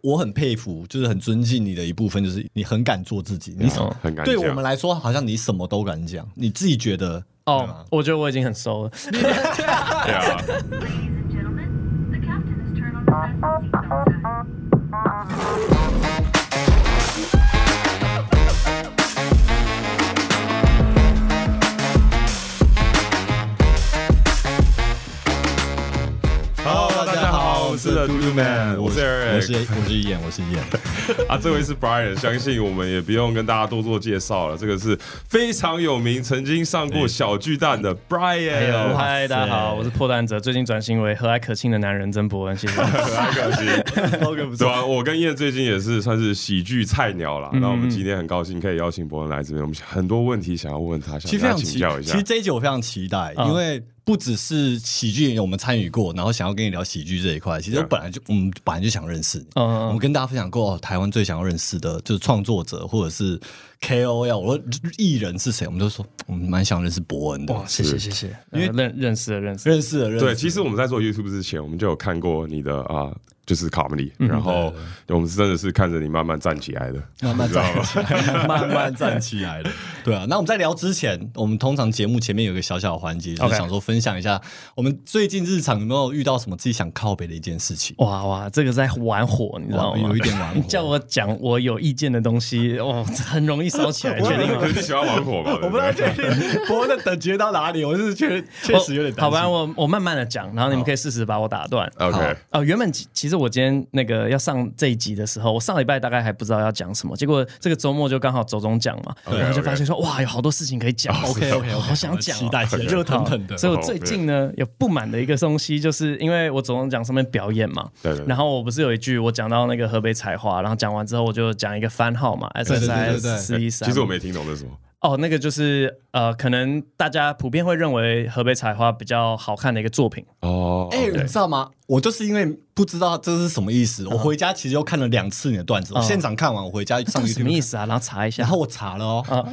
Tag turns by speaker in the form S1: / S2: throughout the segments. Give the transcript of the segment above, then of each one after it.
S1: 我很佩服，就是很尊敬你的一部分，就是你很敢做自己。你什
S2: 哦
S3: 很敢啊
S1: 对
S3: 讲。
S1: 我们来说，好像你什么都敢讲，你自己觉得
S2: 哦，我觉得我已经很熟了。
S3: 对啊，
S4: Ladies and gentlemen, the captain has turned on the fasten seatbelt sign.
S1: 哦
S3: 好，大家好，我是 The
S1: Doodoo
S3: Doodoo Man，我是
S1: 我是
S3: Eric
S1: 我是一眼，我是一眼。
S3: 啊，这位 是 Brian，相信我们也不用跟大家多做介绍了，这个是非常有名，曾经上过小巨蛋的
S2: 哎
S1: 哎
S3: Brian，
S2: 呃嗨，大家好，我是破蛋者，最近转型为和蔼可亲的男人曾伯恩，谢谢。
S3: 可爱可惜。
S1: OK，不
S3: 对啊，我跟燕最近也是算是喜剧菜鸟啦。那我们今天很高兴可以邀请伯恩来这边，我们很多问题想要问他，
S1: 其实
S3: 想
S1: 非
S3: 跟他
S1: 常
S3: 请
S1: 期
S3: 教一，
S1: 其
S3: 下
S1: 实。这一集我非常期待，
S2: 嗯
S1: 因为不只是喜剧演员我们参与过，然后想要跟你聊喜剧这一块。其实我
S3: 对
S1: 本来就我们本来就想认识你，我们
S2: 啊嗯，
S1: 跟大家分享过、哦、台湾最想要认识的就是创作者或者是 KOL，我说艺人是谁，我们就说我们蛮想认识伯恩的，
S2: 哇，谢谢谢谢，
S1: 因为
S2: 呃认认识了认识了，
S1: 认识了，认识了
S3: 对，其实我们在做 YouTube 之前，我们就有看过你的啊、就是 comedy，、然后我们是真的是看着你慢慢站起来的。
S1: 慢慢站起来，慢慢站起来了。对啊，那我们在聊之前，我们通常节目前面有一个小小的环节，就是
S2: OK
S1: 想说分享一下我们最近日常有没有遇到什么自己想靠北的一件事情。
S2: 哇哇，这个在玩火，你知道
S1: 哇，
S2: 吗
S1: 有一？点玩火
S2: 你 叫我讲我有意见的东西，哦，很容易烧起来，确定吗
S3: 可？ 是你喜欢玩火吧？对
S1: 我
S3: 不
S1: 不太
S3: 对？
S1: 确 定伯恩的等级到哪里，我是确确实有点担
S2: 好
S1: 心。
S2: 吧，我我慢慢的讲，然后你们可以适时把我打断。
S3: OK，
S2: 哦，原本其其实我今天那个要上这一集的时候，我上礼拜大概还不知道要讲什么，结果这个周末就刚好周总讲嘛，
S3: OK，
S2: 然后就
S3: OK
S2: 发
S1: 哦
S2: 现说哇，有好多事情可以讲。
S1: OK OK，
S2: 好想讲哦
S1: 期待期待，啊热腾 腾的。
S2: 所以我最近呢有不满的一个东西，就是因为我总总讲上面表演嘛，
S3: 对对对
S2: 然后我不是有一句我讲到那个河北采花，然后讲完之后我就讲一个番号嘛，S
S1: 对
S2: S
S1: 对
S2: I
S1: 对对对
S2: S 四一三，
S3: 哎其实我没听懂这是什么。
S2: 哦，那个就是呃，可能大家普遍会认为河北采花比较好看的一个作品，
S3: 哦，
S1: 哎、你知道吗？我就是因为不知道这是什么意思，我回家其实又看了两次你的段子。我
S2: 嗯
S1: 现场看完，我回家上
S2: 这
S1: YouTube
S2: 是什么意思啊？然后查一下，
S1: 然后我查了哦，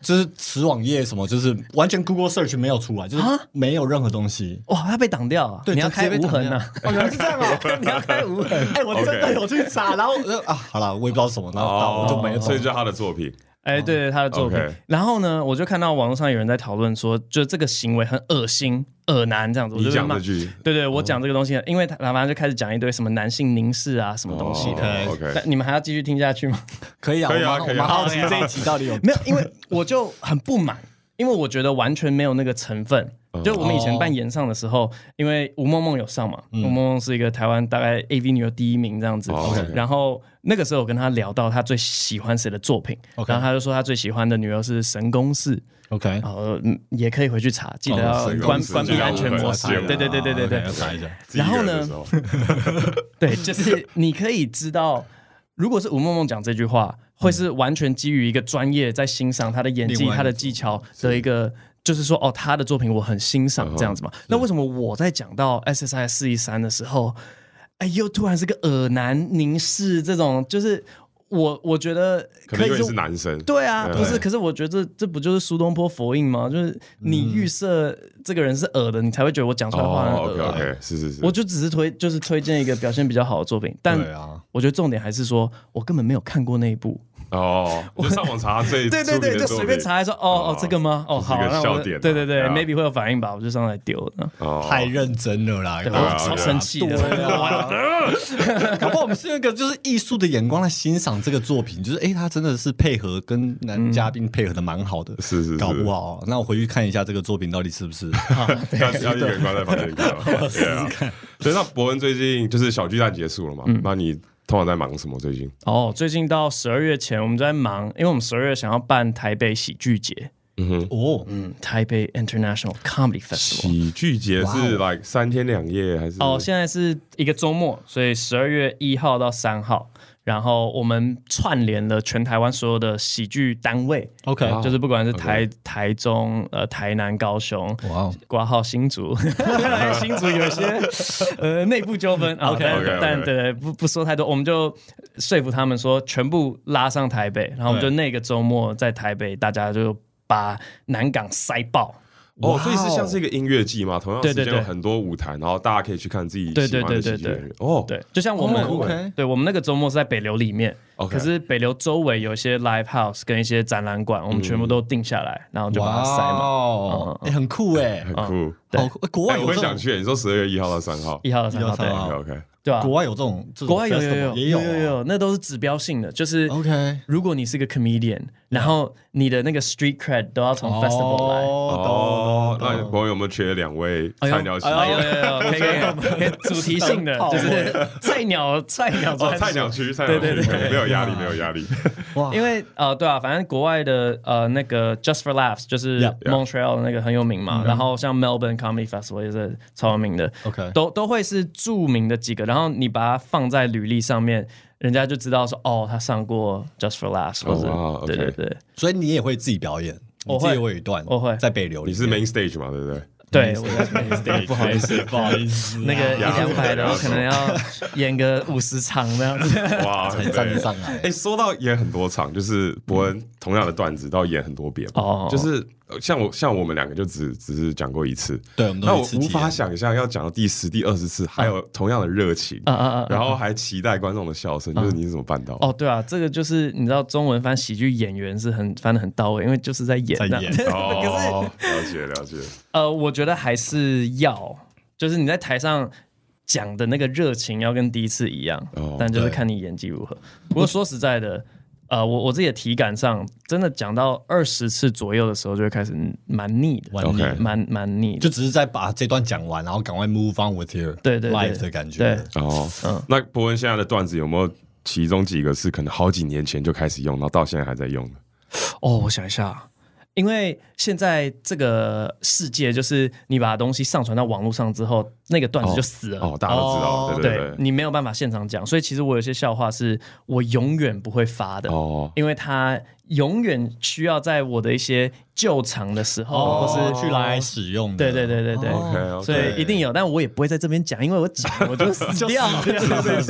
S1: 就是磁网页什么，就是完全 Google search 没有出来，就是没有任何东西。
S2: 哇，他被挡掉啊！
S1: 对，
S2: 你要
S1: 就直接
S2: 开
S1: 被
S2: 无
S1: 挡
S2: 痕
S1: 掉
S2: 啊！
S1: 哦，原来是这样哦，
S2: 你要开无痕。
S1: 哎，我真的
S3: OK
S1: 有去查，然后呃啊，好了，我也不知道什么，然
S3: 哦
S2: 哦
S1: 后到我就没有
S3: 所以
S1: 懂。
S3: 就是他的作品。
S2: 哎，
S1: 哦
S2: 对对，他的作品
S3: OK。
S2: 然后呢，我就看到网络上有人在讨论说，就这个行为很恶心、恶男这样子。我
S3: 你
S2: 就被
S3: 讲
S2: 骂
S3: 那。句
S2: 对对，我讲这个东西，因为他反正就开始讲一堆什么男性凝视啊，什么东西的。
S3: 哦 OK，
S2: 那你们还要继续听下去吗？
S1: 可以啊，
S3: 可以啊
S1: 我蛮
S3: 可以
S1: 我
S3: 啊
S1: 蛮好奇这一集到底有
S2: 没有，因为我就很不满，因为我觉得完全没有那个成分。就我们以前办演唱的时候，因为吴梦梦有上嘛，吴梦梦是一个台湾大概 AV 女优第一名这样子
S3: 哦，OK。
S2: 然后那个时候我跟她聊到她最喜欢谁的作品，
S1: OK
S2: 然后她就说她最喜欢的女优是神宫寺，
S1: OK
S2: 然后嗯也可以回去查，记得
S1: 哦
S2: 要
S3: 神宫
S2: 关
S3: 寺
S2: 关闭
S3: 这个
S2: 安全
S3: 我
S2: 模
S3: 发
S2: 式
S3: 现了。
S2: 对对对对对对
S1: 要，查一下。
S2: 然后呢
S3: 自己一个 人的时候
S2: 对，就是你可以知道，如果是吴梦梦讲这句话，会是完全基于一个专业在欣赏她的演技、
S1: 另外一
S2: 她的
S1: 种
S2: 技巧的一个。就是说，哦，她的作品我很欣
S3: 嗯
S2: 赏这样子嘛。那为什么我在讲到 S S I 四一三的时候，哎，又突然是个耳男凝视这种，就是我我觉得
S3: 可能
S2: 以
S3: 因为你是男生，
S2: 对啊，
S3: 对
S2: 不是，可是我觉得这这不就是苏东坡佛印吗？就是你预设这个人是耳的，你才会觉得我讲出来的话很
S3: 嗯哦
S2: 耳
S3: ，OK
S2: 啊。
S3: OK，是是是，
S2: 我就只是推，就是推荐一个表现比较好的作品，但
S1: 对啊
S2: 我觉得重点还是说我根本没有看过那一部。
S3: 哦，我就上网查最
S2: 对对对，就随便查一说，哦哦，这个吗？哦，
S3: 这啊是一，
S2: 好
S3: 个
S2: 那我
S3: 笑点啊
S2: 对对对
S3: 对啊
S2: ，maybe 会有反应吧，我就上来丢的。
S1: 太
S3: 哦，
S1: 认真了啦，
S2: 对，
S1: 搞不
S2: 我
S1: 好
S3: 啊
S2: 超
S3: 对啊
S2: 生气的。
S1: 对啊，搞不好我们是用一个就是艺术的眼光来欣赏这个作品，就是哎，诶他真的是配合跟男嘉宾配合的蛮好的，
S3: 是是是
S1: 搞不好。那我回去看一下这个作品到底是不 是
S3: 要要一个人关在房间里看，对啊。所以那伯恩最近就是小巨蛋结束了嘛？
S2: 嗯
S3: 那你通常在忙什么？最近
S2: 哦，最近到十二月前，我们在忙，因为我们十二月想要办台北喜剧节，
S1: 哦。
S2: 嗯，台北 International Comedy Festival。
S3: 喜剧节是 like 三天两夜还是？
S2: 哦，现在是一个周末，所以十二月一号到三号，然后我们串联了全台湾所有的喜剧单位，啊
S1: OK，
S3: 哇哦
S2: 就是不管是台、台中、呃台南、高雄，
S1: 哇哦，
S2: 挂号 新竹，新竹有一些呃内部纠 纷啊
S1: OK，
S2: 但
S3: OK，OK
S2: 但对不不说太多，我们就说服他们说全部拉上台北，然后我们就那个周末在台北，大家就把南港塞爆。
S3: 哦
S1: 哇，
S3: 所以是像是一个音乐季嘛，同样时
S2: 对
S3: 间
S2: 对对
S3: 有很多舞台，然后大家可以去看自己
S2: 对
S3: 喜
S2: 对
S3: 欢的
S2: 对
S3: 喜剧
S2: 对
S3: 演员。哦，
S2: 对，就像我们、
S1: 哦，OK
S2: 对我们那个周末是在北流里面
S3: OK
S2: 可是北流周围有一些 live house 跟一些展览馆，我们
S1: 嗯
S2: 全部都定下来，然后就把它塞满。嗯
S1: 哦，哎很酷哎，
S2: 啊
S3: 很酷。
S1: 好酷，国外
S3: 哎，
S1: 有
S3: 我会
S1: 这
S3: 想
S1: 种，
S3: 去。你说十二月一号到三号
S2: 一号到三号，
S1: 一号到
S2: 对
S1: 三号
S3: ，OK OK，
S2: 对吧、啊？
S1: 国外有这种，这种
S2: 国外有有
S1: festival，
S2: 有
S1: 也
S2: 有
S1: 啊
S2: 有有，那都是指标性的，就是
S1: OK
S2: 如果你是个 comedian，然后你的那个 street cred 都要从 festival 来。
S1: 哦
S3: 哦，，
S1: 懂
S3: 那
S1: 懂
S3: 朋友有没有缺两位菜鸟喜剧
S2: 哎呦
S3: 演 员？
S2: 哎呦，可以可以可以，主题性的就是菜鸟菜鸟
S3: 哦，
S2: 专
S3: 菜
S2: 辑
S3: 鸟区，菜鸟
S2: 对对
S3: 区，
S2: 对
S3: 没有压力，没有压 力。
S1: 哇，
S2: 因为呃，对啊，反正国外的呃那个 Just for Laughs 就是
S1: Yeah,
S3: yeah.
S2: Montreal 的那个很有名
S1: 嗯
S2: 嘛然后像 Melbourne Comedy Festival 也是超有名的
S1: OK
S2: 都都会是著名的几个，然后你把它放在履历上面，人家就知道说哦，他上过 Just for Laughs，或者、
S1: 哦
S3: 哇，OK
S2: 对对对
S1: 所以你也会自己表演，
S2: 我
S1: 你自己
S2: 会
S1: 也会有一段，
S2: 我会
S1: 在北流里
S3: 你
S1: 面，
S3: 是 main stage 嘛，对不对？
S2: 对，我在 Main Stage，不好意思，
S1: 不好意思啊，
S2: 那个一
S3: 呀
S2: 两百的，我可能要演个五十场那样子。
S3: 哇，
S1: 才站得上来
S3: 哎、说到演很多场，就是伯恩同样的段子，到演很多遍嘛
S2: 哦
S3: 就是呃像我像我们两个就只只是讲过一次，
S1: 对我们都
S3: 那
S1: 一
S3: 我
S1: 次
S3: 无
S1: 体
S3: 法
S1: 验
S3: 想象要讲到第十、第二十次，还有同样的热情，
S2: 啊啊啊！
S3: 然后还期待观众的笑声，就是你是怎么办到？
S2: 哦，对啊，这个就是你知道中文翻喜剧演员是很翻的很到位，因为就是在演
S1: 在
S2: 那。
S1: 演
S3: 哦，了解了解，
S2: 呃，我觉得还是要，就是你在台上讲的那个热情要跟第一次一样，
S3: 哦
S2: 但就是
S1: 对
S2: 看你演技如何。不过说实在的，呃，我我自己的体感上，真的讲到二十次左右的时候，就会开始蛮腻的，
S1: 玩腻
S3: OK
S2: 蛮蛮腻的
S1: 就。只是在把这段讲完，然后赶快 move on with your
S2: 对对对
S1: life 的感觉。
S2: 对
S3: 哦，那伯恩现在的段子有没有其中几个是可能好几年前就开始用，然后到现在还在用的？
S2: 哦，我想一下，因为现在这个世界就是你把东西上传到网络上之后，那个段子就死了。
S3: 哦，大家都知道，
S1: 哦
S3: 对
S2: 对
S3: 对对，
S2: 你没有办法现场讲，所以其实我有些笑话是我永远不会发的，
S3: 哦，
S2: 因为它永远需要在我的一些救场的时候，
S1: 哦，
S2: 或
S1: 或
S2: 是
S1: 是去来使用的。
S2: 对对对对对。
S1: 哦
S3: OK，OK
S2: 所以一定有，但我也不会在这边讲，因为我讲我就死掉了。
S3: 是是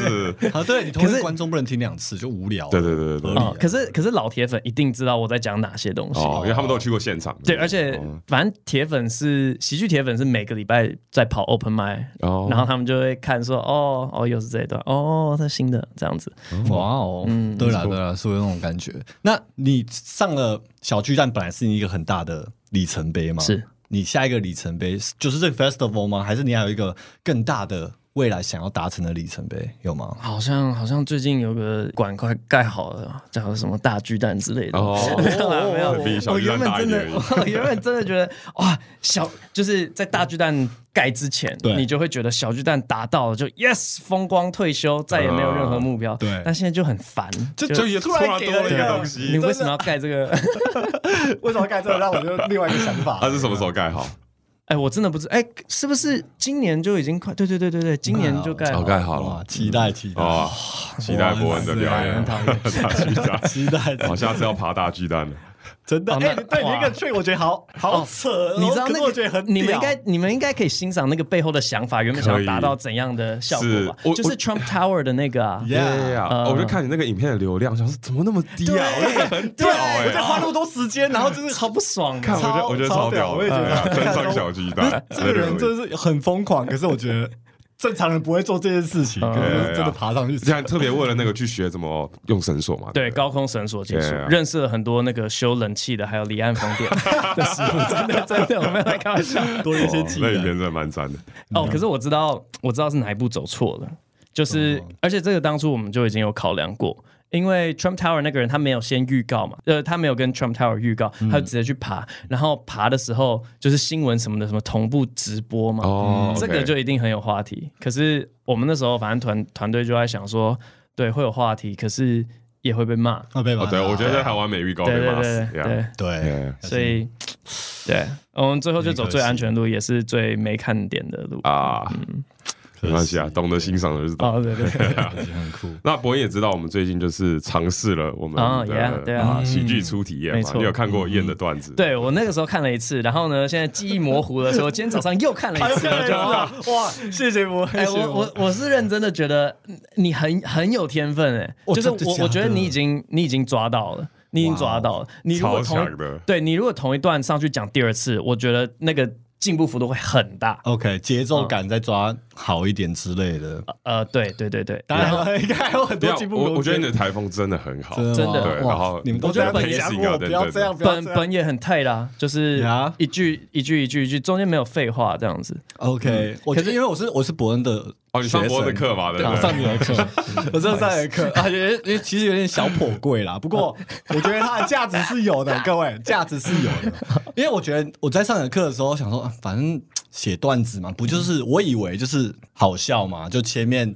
S3: 是。
S1: 啊，对你同一
S2: 可
S1: 个
S2: 是
S1: 观众不能听两次，就无聊。
S3: 对对对对对
S1: 合理
S2: 啊、可是可是老铁粉一定知道我在讲哪些东西。
S3: 哦，因为他们都有去过现场。
S2: 对，
S3: 不
S2: 而且
S3: 哦
S2: 反正铁粉是喜剧铁粉是每个礼拜在跑 open m i
S3: 哦
S2: 然后他们就会看说，哦哦，又是这一段，哦，这新的这样子。
S3: 嗯
S1: 哇哦，对啦对啦，是有那种感觉。那你上了小巨蛋，本来是你一个很大的里程碑嘛？
S2: 是。
S1: 你下一个里程碑就是这个 festival 吗？还是你还有一个更大的未来想要达成的里程碑有吗？
S2: 好像好像最近有个馆快盖好了，叫什么大巨蛋之类的。
S3: 哦
S2: 没有啦没有
S3: 比小
S1: 哦
S2: 我
S3: 巨
S2: 原
S3: 蛋
S2: 本
S3: 大一
S2: 真
S3: 点
S2: 的
S3: 而已，
S2: 我原本真的觉得哇，小就是在大巨蛋盖之前，
S1: 对
S2: 你就会觉得小巨蛋达到了，就 yes 风光退休，再也没有任何目标。
S1: 嗯对
S2: 但现在就很烦，
S3: 就就也突然多了一个东西
S2: 你。为什么要盖这个？
S1: 为什么盖这个？让我就另外一个想法
S3: 他是什么时候盖好？
S2: 哎，我真的不知，哎，是不是今年就已经快？对对对对对，今年就盖
S3: 哦，
S2: 了。
S3: 盖好
S1: 哇，
S3: 了。
S1: 期待期待，
S2: 啊
S3: 哦，期待博文的表演。
S1: 哇
S3: 大巨蛋，
S1: 期待，
S3: 好，下次要爬大巨蛋了。
S1: 真的。
S2: 哦
S1: 哎、
S2: 那
S1: 你对你
S2: 哇
S1: 那个 trick，我觉得好好扯、哦
S2: 你知道
S1: 可
S2: 那
S1: 是
S2: 个？
S1: 我觉得很屌
S2: 你们应该你们应该可以欣赏那个背后的想法，原本想要达到怎样的效果吧
S3: 可以？是
S2: 就
S3: 我
S2: 是 Trump Tower 的那个啊。
S1: Yeah
S3: 呀，哦我就看你那个影片的流量，想说怎么那么低啊？我觉得很屌
S1: 对，我在
S3: 哎。
S1: 花那么多时间，然后就是
S2: 超不爽
S3: 看，我
S2: 的，
S3: 觉得
S1: 超超
S3: 我觉得超屌，
S1: 屌我也觉得
S3: 对啊登上小巨蛋，
S1: 这个人真的是很疯狂。可是我觉得正常人不会做这件事情，
S3: 嗯
S1: 可是真的爬上去
S3: 这。样特别为了那个去学怎么用绳索嘛。
S2: 对啊高空绳索技术
S3: Yeah，
S2: 认识了很多那个修冷气的，还有离岸风 电的师傅，真的真的，我没有 在开玩笑。
S1: 多了一些
S3: 哦
S1: 技
S3: 那影片
S1: 能，
S3: 真的蛮赞的。
S2: 哦，可是我知道，我知道是哪一步走错了，就是，而且这个当初我们就已经有考量过，因为 Trump Tower 那个人他没有先预告嘛，呃，他没有跟 Trump Tower 预告，他就直接去爬，然后爬的时候就是新闻什么的，什么同步直播嘛，
S3: 哦
S2: 嗯这个
S3: OK
S2: 就一定很有话题。可是我们那时候反正团团队就在想说，对，会有话题，可是也会被骂，
S1: 那被
S3: 哦，
S1: 骂。
S3: 对，我觉得在台湾美玉高
S2: 对
S3: 被
S2: 对
S3: 骂
S2: 对
S3: 死。
S2: 对
S3: yeah
S2: 对。
S1: 对，
S3: Yeah
S2: 所以，对，我们最后就走最安全的路，也是最没看点的路。
S3: 啊，没关系啊，懂得欣赏的啊就是懂。
S2: 嗯哦，对对对。
S1: 很酷。
S3: 那博恩也知道，我们最近就是尝试了我们
S2: 啊
S3: 的
S2: yeah，对啊
S3: 啊喜剧初体验
S2: 没
S3: 嘛，
S2: 错嗯
S3: 你有看过燕的段子？
S2: 对我那个时候看了一次，然后呢，现在记忆模糊 了，所以我今天早上又看了一次，我就哇，
S1: 哇，谢谢我，
S2: 哎，我我我是认真的觉得嗯你很很有天分哎、
S1: 哦
S2: 就是
S1: 真的
S2: 我
S1: 假的哦
S2: 我觉得你已经你已经抓到了。你已经抓到了。你如果
S3: 超强
S2: 同
S3: 的
S2: 对你如果同一段上去讲第二次，我觉得那个进步幅度会很大。
S1: OK，节奏感再抓好一点之类的。
S2: 呃，对对对对，
S1: 啊当然了，应该还有很
S3: 对
S1: 多
S3: 啊
S1: 进步
S3: 我
S1: 空
S3: 我觉得
S1: 间
S3: 你的台风真的很好，
S1: 真的吗
S2: 真的
S3: 对，
S2: 哇
S3: 然后
S1: 你们都
S2: 我觉得
S1: 在
S3: 在
S2: 本
S1: 本
S3: pacing
S1: 家
S3: 啊
S1: 过，
S3: 等
S1: 不要
S3: 等
S1: 这样，不要
S2: 本
S1: 这样。
S2: 本也很泰啦，就是
S1: 呀
S2: 一句一句一句一句，中间没有废话这样子。
S1: OK，我觉得因为我嗯是我是伯恩的
S3: 哦你上
S1: 学生
S3: 伯恩的课嘛对不对
S1: 我上你的 课，我上上你的课 啊，因为因为其实有点小颇贵 啦，不过我觉得它的价值是有 的，各位价值是有的，因为我觉得我在上你的课的时候想说，啊反正写段子嘛，不就是我以为就是好笑嘛，就前面。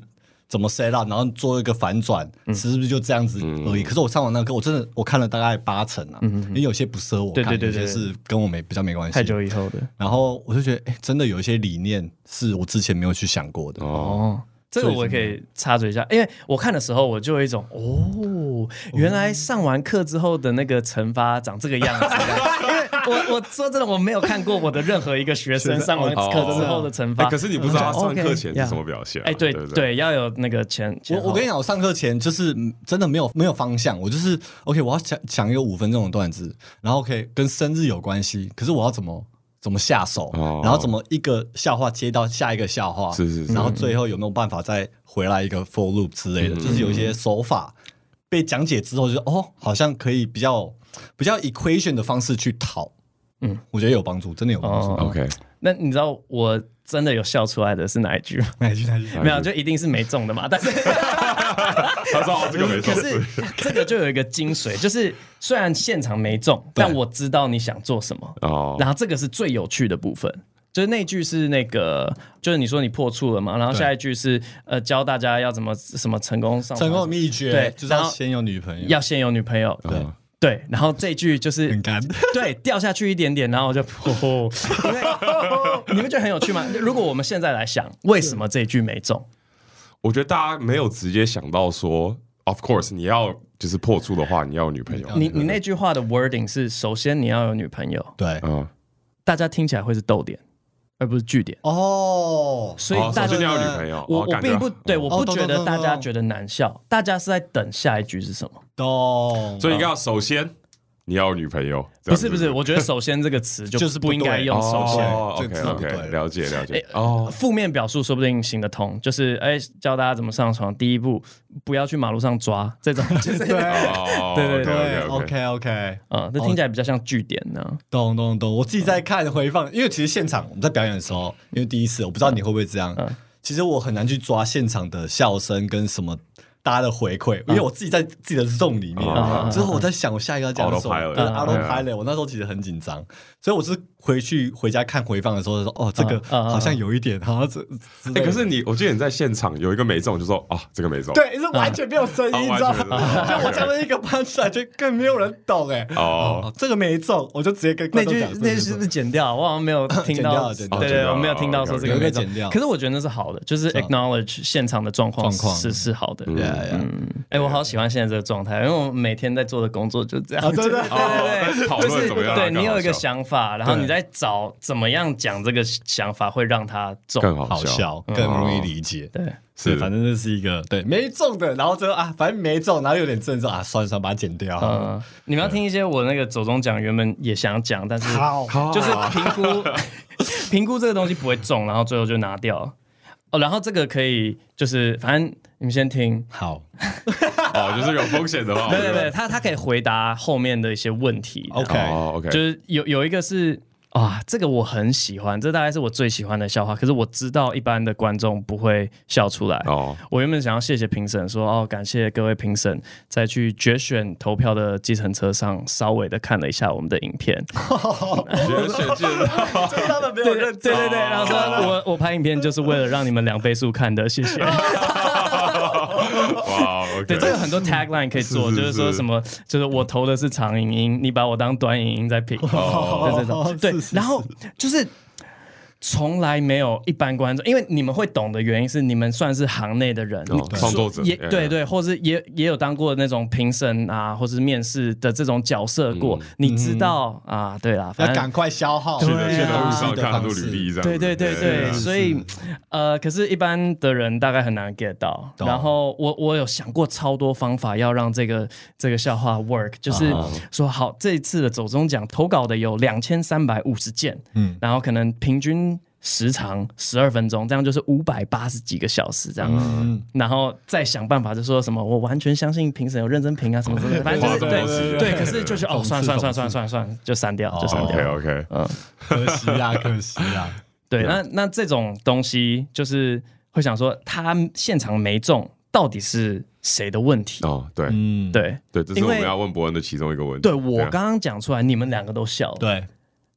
S1: 怎么 set up，然后做一个反转，是不是就这样子而已？可是我上完那个课，我真的我看了大概八成啊，因为有些不适合我
S2: 对
S1: 看，
S2: 对对对
S1: 有些是跟我没比较没关系。
S2: 太久以后的
S1: 然后我就觉得，哎，真的有一些理念是我之前没有去想过的。
S3: 哦，
S2: 哦，这个我可以插嘴一下，因为我看的时候我就有一种哦，原来上完课之后的那个惩罚长这个样子。因为我我说真的，我没有看过我的任何一个学生上完课之后的惩
S3: 哎
S2: 罚。
S3: 可是你不知道他上课前是什么
S2: OK，yeah
S3: 表现啊，
S2: 哎，对
S3: 对不，
S2: 对，要有那个前前
S1: 我我跟你讲，我上课前就是嗯真的没有没有方向，我就是 OK，我要想想一个五分钟的段子，然后 OK 跟生日有关系，可是我要怎么怎么下手，
S3: 哦
S1: 然后怎么一个笑话接到下一个笑话，
S3: 是是是
S1: 然后最后有没有办法再回来一个 for loop 之
S3: 嗯
S1: 类的，就是有一些手法被讲解之后就，是哦，好像可以比较比较 equation 的方式去讨，嗯，我觉得有帮助，真的有帮助。
S2: 哦
S3: OK，
S2: 那你知道我真的有笑出来的是哪一句吗？
S1: 那去那去，
S2: 没有，就一定是没中的嘛。但是
S3: 他说哦这个没错
S2: 可，是 这个就有一个精髓，就是虽然现场没中，
S1: 对
S2: 但我知道你想做什么。
S3: 哦
S2: 然后这个是最有趣的部分，就是那句是那个，就是你说你破处了嘛，然后
S1: 对
S2: 下一句是呃教大家要怎么什么成功上
S1: 哦成
S3: 哦
S1: 功的
S2: 床
S1: 秘诀
S2: 对
S1: 就是要
S2: 然后
S1: 先有女朋友，
S2: 要先有女朋友，
S1: 对，
S2: 对，然后这一句就是
S1: 很 干。
S2: 对，掉下去一点点，然后我就，哦、因为 你们觉得很有趣吗？如果我们现在来想，为什么这一句没中？
S3: 我觉得大家没有直接想到说，Of course，你要就是破处的话，你要有女朋友。
S2: 你你那句话的 wording 是，首先你要有女朋友，
S1: 对，
S3: 嗯，
S2: 大家听起来会是逗点，而不是句点，
S1: 哦，
S2: 所以大
S3: 首先
S2: 家
S3: 你要有女朋友，
S2: 我
S3: 哦
S2: 我
S3: 感觉
S2: 并不对，我不
S1: 懂
S2: 觉得
S1: 懂
S2: 大
S1: 懂
S2: 家
S1: 懂
S2: 觉得难笑，大家是在等下一句是什么？
S1: 懂。
S3: 所以你要首先你要有女朋友，这
S2: 不
S3: 样
S2: 是
S3: 子
S2: 不是，我觉得首先这个词就
S1: 就是不
S2: 不应该
S1: 对
S2: 用首先。
S3: 哦
S1: 这个
S3: ，OK
S1: 字不对
S3: OK，了解了
S2: 哎
S3: 解。哦，
S2: 负面表述说不定行得通，就是哎、教大家怎么上床，第一步不要去马路上抓这种，就是
S1: 对
S3: 哦，
S2: 对对
S1: 对
S3: OK OK，
S1: ，OK OK，
S2: 嗯，这听起来比较像据点呢。
S1: 懂懂懂。我自己在看回放，因为其实现场我们在表演的时候，因为第一次，我不知道你会不会这样。
S3: 嗯
S1: 其实我很难去抓现场的笑声跟什么大家的回馈，因为我自己在自己的 zone 里面。
S3: 嗯
S1: 之后我在想我下一个要讲什
S3: Autopilot
S1: 么，对
S3: 嗯
S1: a u t o p i 我那时候其实很紧张，所以我是回去回家看回放的时候说，哦，这个
S2: 嗯嗯嗯
S1: 好像有一点，好像这之类的。
S3: 哎，可是你，我记得你在现场有一个没中，就说啊，这个没中。
S1: 对，是完全没有声
S3: 嗯
S1: 音，你知道
S3: 哦完
S1: 吗？
S3: 全
S1: 就我讲了一个 punch line，就更没有人懂哎。
S3: 哦，
S1: 哦，这个没中，我就直接跟观
S2: 那
S1: 众
S2: 句
S1: 讲
S2: 那句是不是剪掉？我好像 没有听
S1: 剪
S2: 到，
S1: 掉
S2: 对
S1: 剪
S3: 掉
S2: 对
S3: 剪
S2: 对，
S3: 掉
S2: 我没有听到说这个
S1: 有一个
S2: 没中
S1: 剪掉
S2: 可是我觉得那是好的，就是
S1: 是啊
S2: acknowledge 现场的状况
S1: 状况
S2: 是是好的。
S1: 对啊对啊
S2: 哎，我好喜欢现在这个状态，因为我每天在做的工作就这样
S1: 啊，。真的
S3: 哦
S2: 对
S3: 在
S2: 对
S3: 讨
S2: 对，
S3: 论
S2: 就是
S3: 怎么样
S2: 对
S3: 让它
S2: 你有一
S3: 更
S2: 个
S3: 好笑
S2: 想法，然后
S1: 对
S2: 你在找怎么样讲这个想法会让它中。
S3: 更好
S1: 好
S3: 笑，
S1: 笑，更容易理解。
S2: 嗯对，
S1: 对，
S3: 是
S1: 反正这是一个对没中的，然后最后啊，反正没中，然后有点震惊啊，算了算了，把它剪掉。
S2: 嗯，你们要听一些我那个走中奖原本也想讲，但是
S1: 好，
S2: 就是评估 评估这个东西不会中，然后最后就拿掉。哦，然后这个可以就是反正你们先听，
S1: 好
S3: 哦，就是有风险的话，
S2: 对
S3: 我觉
S2: 对
S3: 得
S2: 对，他他可以回答后面的一些问题。
S1: ，OK，
S3: 哦 OK，
S2: 就是有有一个是啊，这个我很喜欢，这大概是我最喜欢的笑话，可是我知道一般的观众不会笑出来。
S3: 哦，
S2: 我原本想要谢谢评审，说哦，感谢各位评审在去决选投票的计程车上稍微的看了一下我们的影 片，
S3: 我觉得选进
S1: 就是他们没有
S2: 对对
S1: 认
S2: 对对对，然后说我我拍影片就是为了让你们两倍速看的，谢谢。 哦
S3: 哇，OK，
S2: 对，这有很多 tagline 可以做，
S3: 是是
S2: 就是说
S3: 是
S2: 什么，就是我投的是长影音，你把我当短影音在评，对这种
S1: 哦
S2: 对
S1: 是是，是
S2: 然后就是。从来没有一般观众，因为你们会懂的原因是你们算是行内的人，
S3: 哦
S2: 你
S3: 创作者
S2: 也
S3: yeah
S2: 对对，或是也也有当过那种评审啊，或是面试的这种角色
S3: 嗯
S2: 过，你知道啊，对啦，
S1: 要
S2: 反正
S1: 赶。快消耗。
S3: 是
S2: 对
S3: 的，
S2: 啊
S3: 现在
S2: 网
S3: 路上看很多
S1: 方式
S3: 履历这样子。
S2: 对对对对，所以呃，可是，一般的人大概很难 get 到。
S3: 嗯
S1: 懂
S2: 然后我我有想过超多方法要让这个这个笑话 work，就是
S5: 啊
S2: 说好这一次的走中奖投稿的有两千三百五十件，嗯，然后可能平均时长十二分钟，这样就是五百八十几个小时这样，
S3: 嗯
S2: 然后再想办法就说什么我完全相信评审有认真评啊什么 什么的，反正
S3: 花
S2: 就
S3: 这
S2: 是
S3: 么多
S2: 对。
S3: 时
S2: 对，
S3: 间。
S2: 可是就是哦，
S1: 讽刺
S2: 算算
S1: 讽刺
S2: 算算算算，就删掉，就删
S3: OK。
S2: 掉
S3: OK，
S1: 可惜 啦，可惜啦。
S2: 对，那那这种东西就是会想说，他现场没中，到底是谁的问题？
S3: 哦，对
S1: 嗯，
S2: 对，
S3: 对，这是
S2: 因
S3: 我
S2: 为
S3: 们要问伯恩的其中一个问题。
S2: 对我
S3: 啊
S2: 刚刚讲出来，你们两个都笑了，
S1: 对，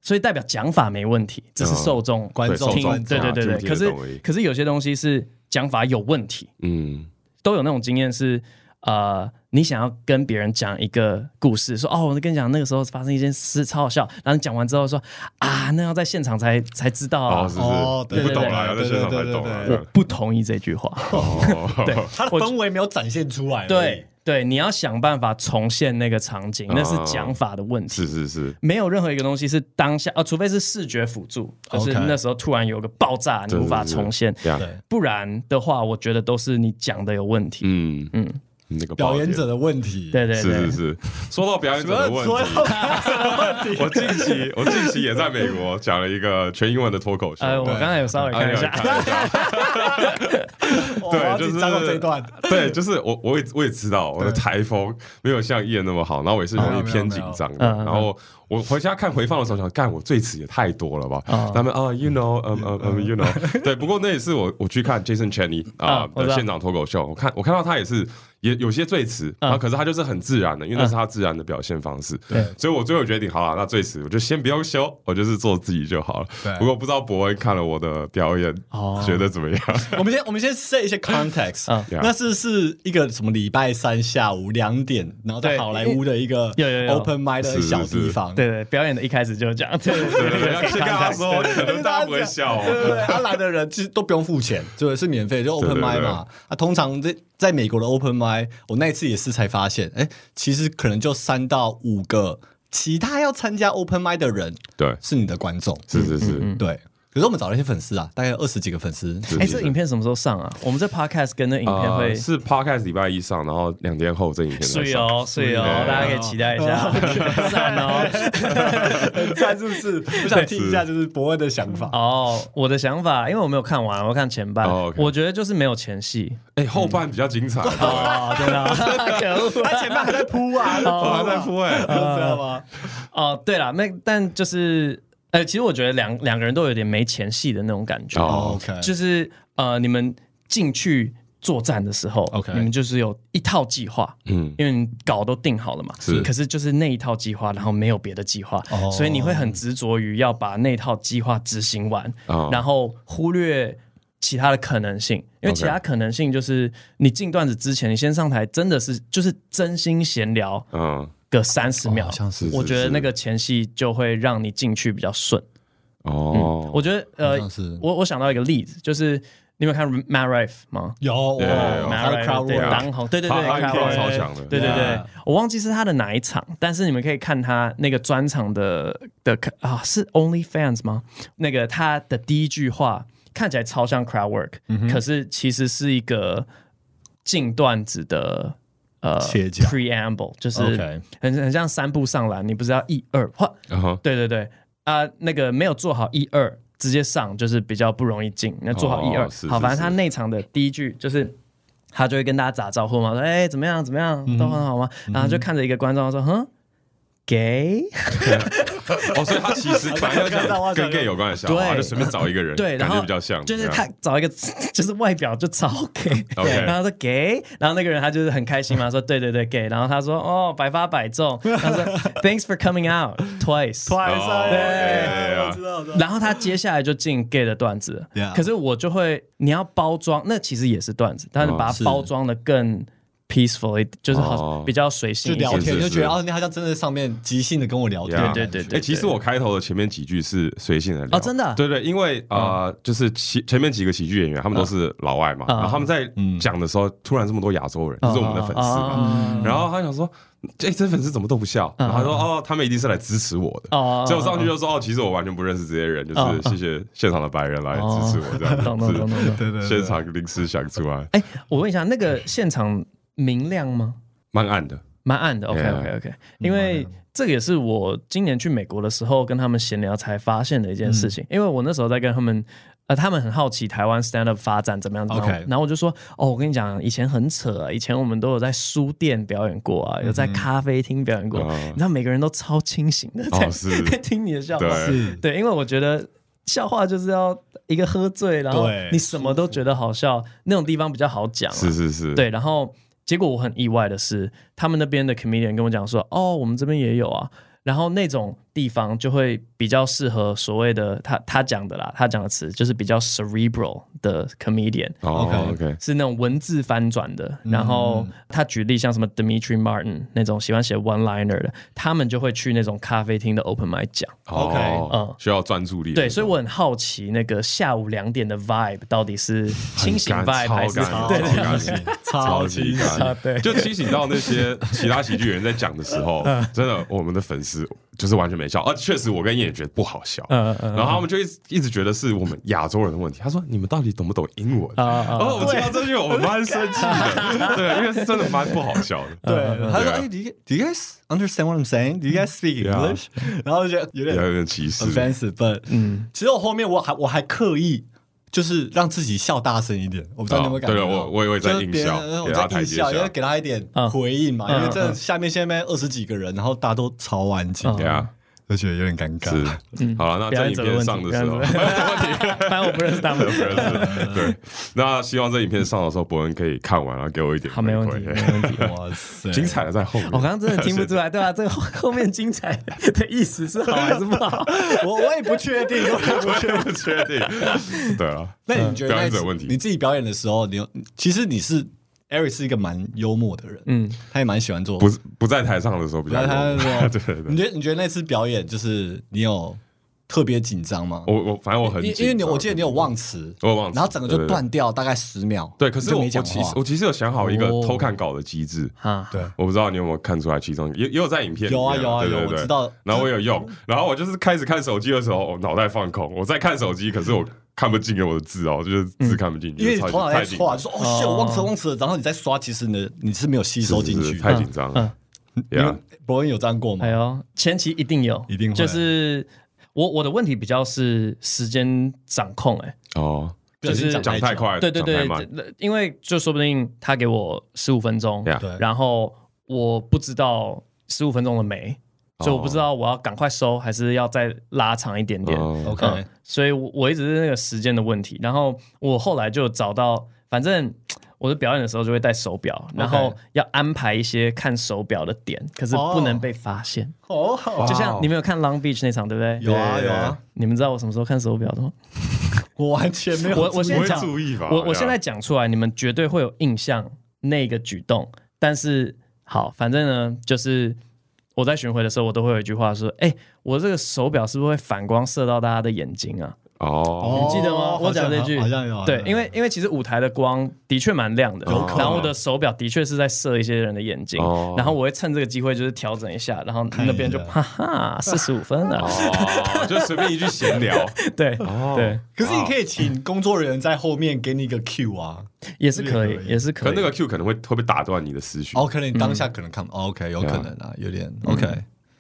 S2: 所以代表讲法没问题，只是受众
S1: 观
S3: 对
S1: 众
S3: 受
S2: 听
S3: 众，
S2: 对对
S3: 啊
S2: 对对。
S3: 听得
S2: 可是
S3: 懂而已
S2: 可是有些东西是讲法有问题，
S3: 嗯，
S2: 都有那种经验是，呃，你想要跟别人讲一个故事，说哦，我跟你讲那个时候发生一件事超好笑，然后你讲完之后说啊，那要在现场才才知道啊、
S3: 哦，是
S1: 哦
S3: 是，
S1: 对
S3: 你不懂啦，要
S1: 对对
S3: 在现场才
S1: 对对
S3: 懂啊
S1: 对
S3: 啦。
S1: 对
S3: 这
S2: 我
S3: 样
S2: 不同意这句话。
S3: 哦，
S2: 对
S1: 他的氛围没有展现出来。
S2: 对，对，你要想办法重现那个场景，那是
S3: 啊
S2: 讲法的问题。
S3: 是是是，
S2: 没有任何一个东西是当下啊，除非是视觉辅助，就是
S1: OK
S2: 那时候突然有个爆炸，你
S3: 对
S2: 无法
S3: 对对
S2: 重现。
S3: 这样，
S1: 对
S2: 不然的话，我觉得都是你讲的有问题。
S3: 嗯嗯，那个
S1: 表
S3: 爆
S1: 演
S3: 点
S1: 者的问题。
S2: 对对
S3: 是是，
S2: 对
S3: 是，说到表演
S1: 什
S3: 者的
S1: 么
S3: 问
S1: 所
S3: 题，
S1: 有问题？
S3: 我近期我近期也在美国讲了一个全英文的脱口秀。
S1: 哎
S2: 呃，我刚才有稍微
S3: 啊
S2: 看一
S3: 你有
S2: 下，
S3: 看一下
S1: 我
S3: 对
S1: 好
S3: 就是
S1: 紧张哦这一段。
S3: 对，就是我我也我也知道我的台风没有像叶那么好，然后我也是容易偏紧张的。
S2: 嗯嗯嗯
S3: 然后我回家看回放的时候想，干我最词也太多了吧？
S2: 哦
S3: 他们啊，you know，嗯嗯嗯，you know，对。不过那也是我我去看 Jason Cheney 啊
S2: 啊我
S3: 的
S2: 知道
S3: 现场脱口秀，我看我看到他也是。也有些最词，然后可是他就是很自然的，因为那是他自然的表现方式。
S2: 嗯对
S3: 所以我最后决定，好了，那最词我就先不用修，我就是做自己就好了
S1: 对。
S3: 不过不知道伯恩看了我的表演，
S2: 哦
S3: 觉得怎么样？
S1: 我们先我们先 set 一些 context，、
S2: 嗯
S1: 那是是一个什么礼拜三下午两点，然后在
S2: 对
S1: 好莱坞的一个
S2: 有有有
S1: open mic 的小地方，
S2: 对对，表演的一开始就这样，对对
S3: 对对，要先跟他说，可
S1: 就
S3: 能
S1: 是
S3: 大
S1: 大
S3: 家
S1: 家
S3: 不会笑哦。
S1: 对对对，他来的人其实都不用付钱，对，是免费，就 open
S3: 对对
S1: mic
S3: 对
S1: 嘛。啊，通常在在美国的 open mic，我那一次也是才发现，哎，其实可能就三到五个其他要参加 open mic 的人
S3: 对，
S1: 是你的观众，
S3: 是是是，
S1: 对。可是我们找了一些粉丝啊，大概有二十几个粉丝，
S2: 嗯哎，这影片什么时候上啊？我们这 podcast 跟那影片会
S3: 呃，是 podcast 礼拜一上，然后两天后这影片才
S2: 睡
S3: 上。
S2: 哦睡哦，
S3: 对
S2: 大家可以期待一下， 赞哦。
S1: 很赞是不 是？我想听一下，就是博恩的想法。
S2: 哦，我的想法，因为我没有看完，我看前半，
S3: 哦，OK
S2: 我觉得就是没有前戏。
S3: 哎，后半比较精 彩，我
S2: 哦，真的啊，可恶！
S1: 他前面 还在扑啊，知
S3: 还在敷哎。
S1: 道吗？
S2: 哦，对了，那但就是，呃，其实我觉得两两个人都有点没前戏的那种感觉，
S3: 哦
S1: OK，
S2: 就是呃，你们进去作战的时候
S1: OK
S2: 你们就是有一套计划，
S3: 嗯，
S2: 因为你稿都定好了嘛，
S3: 是
S2: 可是就是那一套计划，然后没有别的计划，
S1: 哦
S2: 所以你会很执着于要把那套计划执行完，
S3: 哦
S2: 然后忽略其他的可能性，因为
S3: OK
S2: 其他可能性就是你进段子之前，你先上台，真的是就是真心闲聊
S3: 嗯，
S2: 个三十秒，
S1: 哦好像是
S2: 我
S3: 是
S2: 觉得
S3: 是
S2: 那个前戏就会让你进去比较顺。
S3: 哦，
S2: 嗯我觉得
S1: 好
S2: 呃
S1: 像是，
S2: 我我想到一个例子，就是你有没有看 Matt Rife 吗？
S1: 有我
S3: 有有
S2: 马
S1: 他的啊
S2: 来
S1: crowd
S2: 对
S1: work
S2: 当红，对对
S3: 他
S2: 对，
S3: 他
S2: crowd
S3: crowd 超
S2: work
S3: 强的
S2: 对对对
S1: Yeah，
S2: 我忘记是他的哪一场，但是你们可以看他那个专场的的啊，是 Only Fans 吗？那个他的第一句话看起来超像 crowd work，、可
S1: 嗯
S2: 是其实是一个近段子的。呃
S1: 切角
S2: ，preamble 就是
S1: OK
S2: 很很像三步上篮，你不知道一二，哇，
S3: 嗯哼，
S2: 对对对，啊、那个没有做好一二，直接上就是比较不容易进。那做好一二、
S3: 哦是
S2: 好，
S3: 是
S2: 反正
S3: 是
S2: 他内场的第一句就是。他就会跟大家打招呼嘛，说：“哎、怎么样？怎么样？
S3: 嗯
S2: 都很好吗？”然后就看着一个观众说：“哼，gay。
S3: 哦，所以他其实本来要 讲跟 gay 有关的笑话，
S2: 对
S3: 就随便找一个人，”
S2: 对，然
S3: 感觉
S2: 后
S3: 比较像，
S2: 就是
S3: 这样
S2: 他找一个 就是外表就超 gay，
S3: OK
S2: 然后说 gay，然后那个人他就是很开心嘛，说：“对对对，gay。”然后他说：“哦，百发百中。”他 说：“Thanks for coming out twice。”
S1: 快
S3: 哦对
S1: 我知道，我知道。
S2: 然后他接下来就进 gay 的段子了
S1: Yeah
S2: 可是我就会，你要包装，那其实也是段子，但是把
S1: 是
S2: 它包装的更 peaceful，一就是好
S3: 哦
S2: 比较随性
S1: 就
S2: 一点
S1: 聊天，
S3: 是
S1: 就是觉得
S3: 是
S1: 哦，你好像真的上面即兴的跟我聊天
S3: Yeah
S1: 的感
S2: 对
S1: 觉，
S2: 对对对
S3: 哎、其实我开头的前面几句是随性的聊
S2: 哦真的啊
S3: 对对，因为呃，就是前前面几个喜剧演员，他们都是老外嘛，
S2: 嗯
S3: 然后他们在讲的时候，突然这么多亚洲人，就是我们的粉丝嘛，
S2: 啊
S3: 然后他想说，哎、这粉丝怎么都不笑，
S2: 嗯
S3: 然后他说，哦，他们一定是来支持我的，
S2: 哦
S3: 所以我上去就说，哦，其实我完全不认识这些人，就
S2: 哦
S3: 是谢谢现场的白人来支持我这样子，
S2: 懂懂懂懂懂。
S1: 对对
S3: 是
S1: 对
S3: 现场临时想出来，
S2: 哎，我问一下，那个现场明亮吗？
S3: 蛮暗的，
S2: 蛮暗的。OK
S3: Yeah
S2: OK OK，因为这个也是我今年去美国的时候跟他们闲聊才发现的一件事情，因为我那时候在跟他们。呃，他们很好奇台湾 stand up 发展怎么样然后
S1: OK
S2: 然后我就说，哦，我跟你讲，以前很扯、啊，以前我们都有在书店表演过啊，有在咖啡厅表演过，
S3: 哦
S2: 你知道每个人都超清醒的在、
S3: 哦 是
S2: 在听你的笑话，
S3: 对。
S1: 是
S2: 对，因为我觉得笑话就是要一个喝醉，然后
S1: 对
S2: 你什么都觉得好笑，那种地方比较好讲、啊，
S3: 是是是，
S2: 对，然后结果我很意外的是，他们那边的 comedian 跟我讲说，哦，我们这边也有啊。然后那种地方就会比较适合所谓的他他讲的啦，他讲的词就是比较 cerebral 的 comedian，
S3: 哦
S1: OK
S3: ，OK，
S2: 是那种文字翻转的。然后他举例像什么 Dimitri Martin 那种喜欢写 one liner 的，他们就会去那种咖啡厅的 open mic 讲。
S1: OK，
S3: 哦
S2: 嗯
S3: 需要专注力的那种。
S2: 对，所以我很好奇那个下午两点的 vibe 到底是清醒
S3: 很干
S2: vibe 还是
S3: 超
S1: 超
S3: 干
S2: 对
S3: 超
S2: 对
S1: 清
S3: 干
S1: 醒，超清醒，
S3: 感，
S2: 对
S3: 就提醒到那些其他喜剧演员在讲的时候，
S2: 嗯
S3: 真的我们的粉丝就是完全没笑，而啊确实我跟燕也觉得不好笑，
S2: 嗯嗯嗯
S3: 然后他们就一直一直觉得是我们亚洲人的问题。他说你们到底懂不懂英文？
S2: 啊啊
S3: 然后我听到这句我蛮生气 的， 对，因为是真的蛮不好笑的，
S2: 嗯
S1: 对，他说：“
S3: 对啊
S1: 哎，do you do you guys understand what I'm saying? Do you guys speak
S3: Yeah.
S1: English？” 然后就觉得有
S3: 有
S1: 点
S3: 点歧视。
S1: offensive，but 嗯，其实我后面我还我还刻意就是让自己笑大声一点，我不知道你有没有
S3: 哦
S1: 感觉
S3: 对
S1: 到。
S3: 我我也会在
S1: 就是
S3: 硬
S1: 别人
S3: 笑
S1: 呃
S3: 给
S1: 我
S3: 他
S1: 在
S3: 台
S1: 硬
S3: 阶
S1: 笑，
S3: 下
S1: 因为给他一点
S2: 嗯
S1: 回应嘛，因为
S2: 嗯
S1: 这下面现在二十几个人，然后大家都超安静，
S3: 对啊，
S1: 就觉得有点尴尬。
S2: 嗯
S3: 是好了，那
S2: 表
S3: 在
S2: 演
S3: 影
S2: 者的问
S3: 片
S2: 题
S3: 上的时
S2: 表
S3: 候
S2: 演。者的反正我不认识他们。
S3: 对，那希望这影片上的时候，伯恩可以看完，然后给我一点
S2: 好，
S3: 回
S2: 没
S3: 馈。
S2: 问题，没问题。
S1: 哇塞，
S3: 精！彩的在后面。
S2: 我哦刚刚真的听不出来，对吧、这个后后面精彩的意思是好还是不好？
S1: 我我也不确 定，我也不
S3: 我
S1: 确
S3: 也不确定。对啊，
S1: 那你觉得
S3: 表
S1: 那
S3: 演
S1: 一次
S3: 者问题
S1: 你自己表演的时候，你有其实你是 Eric 是一个蛮幽默的人，嗯，他也蛮喜欢做。
S3: 不是不在台上的时候比较
S1: 那他说，
S3: 多。 对对
S1: 你
S3: 对，
S1: 觉得你觉得那次表演就是你有特别紧张吗？
S3: 我我反正我很
S1: 因为
S3: 紧张，
S1: 因为你我记得你有忘词，
S3: 我有忘词
S1: 然后整个就断掉大概十秒，
S3: 对，可是
S1: 你就
S3: 我我
S1: 没讲
S3: 其实
S1: 话
S3: 我。其实有想好一个
S2: 哦
S3: 偷看稿的机制。
S2: 啊，
S1: 对
S3: 我不知道你有没有看出来其中也也有在影片里
S1: 有
S3: 面
S1: 啊有啊
S3: 对对
S1: 有
S3: 对
S1: 我知道
S3: 然后我有用，然后我就是开始看手机的时候，我脑袋放空，我在看手机，可是我看不进我的字哦，就是字看不进去，
S1: 因为你
S3: 超级
S1: 头脑在
S3: 太紧张
S1: 刷，就说哦，shit，我忘词了忘词了，然后你再刷，其实你的你是没有吸收进
S3: 是是
S1: 去
S3: 是
S1: 的。
S3: 太紧张了。
S1: 你
S3: 呀
S1: 们，伯恩有这样过吗
S2: 哎？呦，前期一定有，
S1: 一定会
S2: 就是我我的问题比较是时间掌控、哎，
S3: 哦，
S1: 不小心
S2: 就是
S3: 讲太
S1: 久，
S3: 快，
S2: 对对
S3: 讲
S2: 对
S3: 太慢，
S2: 这因为就说不定他给我十五分钟
S3: Yeah
S1: 对
S2: 然后我不知道十五分钟了没，所以我不知道我要赶快收还是要再拉长一点点。
S3: 哦
S1: ，OK，
S2: 嗯，所以我我一直是那个时间的问题。然后我后来就找到，反正我的表演的时候就会戴手表，然后要安排一些看手表的点，可是不能被发现。
S1: 哦，好
S2: 就像你们有看 Long Beach 那场对不对？
S1: 有啊
S3: 对
S1: 有啊，
S2: 你们知道我什么时候看手表的吗？
S1: 我完全没有注意，
S2: 我我现在
S3: 不会
S2: 讲
S3: 注意吧
S2: 我
S3: 对
S2: 我
S3: 啊
S2: 现在讲出来，你们绝对会有印象那个举动。但是好，反正呢，就是我在巡回的时候，我都会有一句话说：“哎、我这个手表是不是会反光射到大家的眼睛啊？”
S3: 哦，
S2: 你记得吗？
S1: 哦
S2: 我讲这句
S1: 好像有好像有
S2: 对，因为因为其实舞台的光的确蛮亮的，
S1: 有可能
S2: 然后我的手表的确是在射一些人的眼睛
S3: 哦，
S2: 然后我会趁这个机会就是调整一下，然后那边就
S1: 看一
S2: 哈哈四十五分了，
S3: 哦，就随便一句闲 聊，
S2: 对
S3: 哦
S2: 对，
S1: 可是你可以请工作人员在后面给你一个 Q 啊。
S2: 也是可以
S1: 可，以
S2: 也是
S3: 可
S2: 可
S3: 能那
S2: 以
S3: 个。Q 可能会会被打断你的思绪。
S1: 哦，可能你当下可能看、哦、，OK，有
S3: 嗯
S1: 可能啊，有点 OK。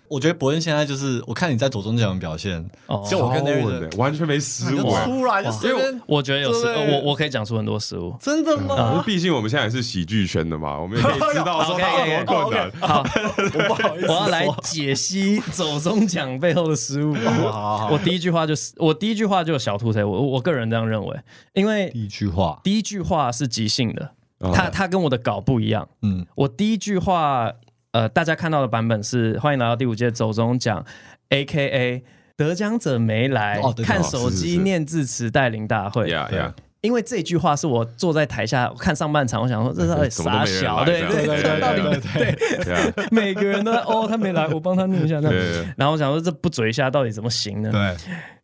S1: 我觉得伯恩现在就是，我看你在左中奖的表现，
S2: 哦
S1: 就我跟
S3: 超
S1: Larry
S3: 稳的完全没失
S1: 就
S3: 误哎。
S1: 出来就随便，
S2: 我觉得有失，
S1: 对
S2: 呃我我可以讲出很多失误。
S1: 真的
S3: 可
S1: 吗
S3: 是？毕竟我们现在也是喜剧圈的嘛，我们也可以知 道说
S2: OK，OK，
S3: 他有多困
S1: 哦 OK，OK，我
S3: 难。
S2: 好，
S1: 不好意思说，
S2: 我要来解析走中奖背后的失误。
S1: 好好好
S2: 我第一句话就是，我第一句话就有小吐槽，我我个人这样认为，因为
S1: 第一句话，
S2: 第一句话是即兴的，
S3: 哦
S2: 他他跟我的稿不一样。
S1: 嗯，
S2: 我第一句话，呃，大家看到的版本是“欢迎来到第五届走中奖 ”，A K A 得奖者没来，
S1: 哦对
S2: 看手
S3: 是是
S2: 机
S3: 是
S2: 念字词带领大会。
S3: 呀呀，
S2: 因为这句话是我坐在台下我看上半场，我想说这到底
S3: 怎么都
S2: 傻
S3: 没人
S2: 小，
S3: 来
S2: 对
S3: 这样
S2: 对
S1: 对
S2: 这到底
S1: 对对对，
S3: 对啊
S2: 每个人都在哦，他没来，我帮他弄一下那
S3: 对对对。
S2: 然后我想说这不嘴一下到底怎么行呢？
S1: 对，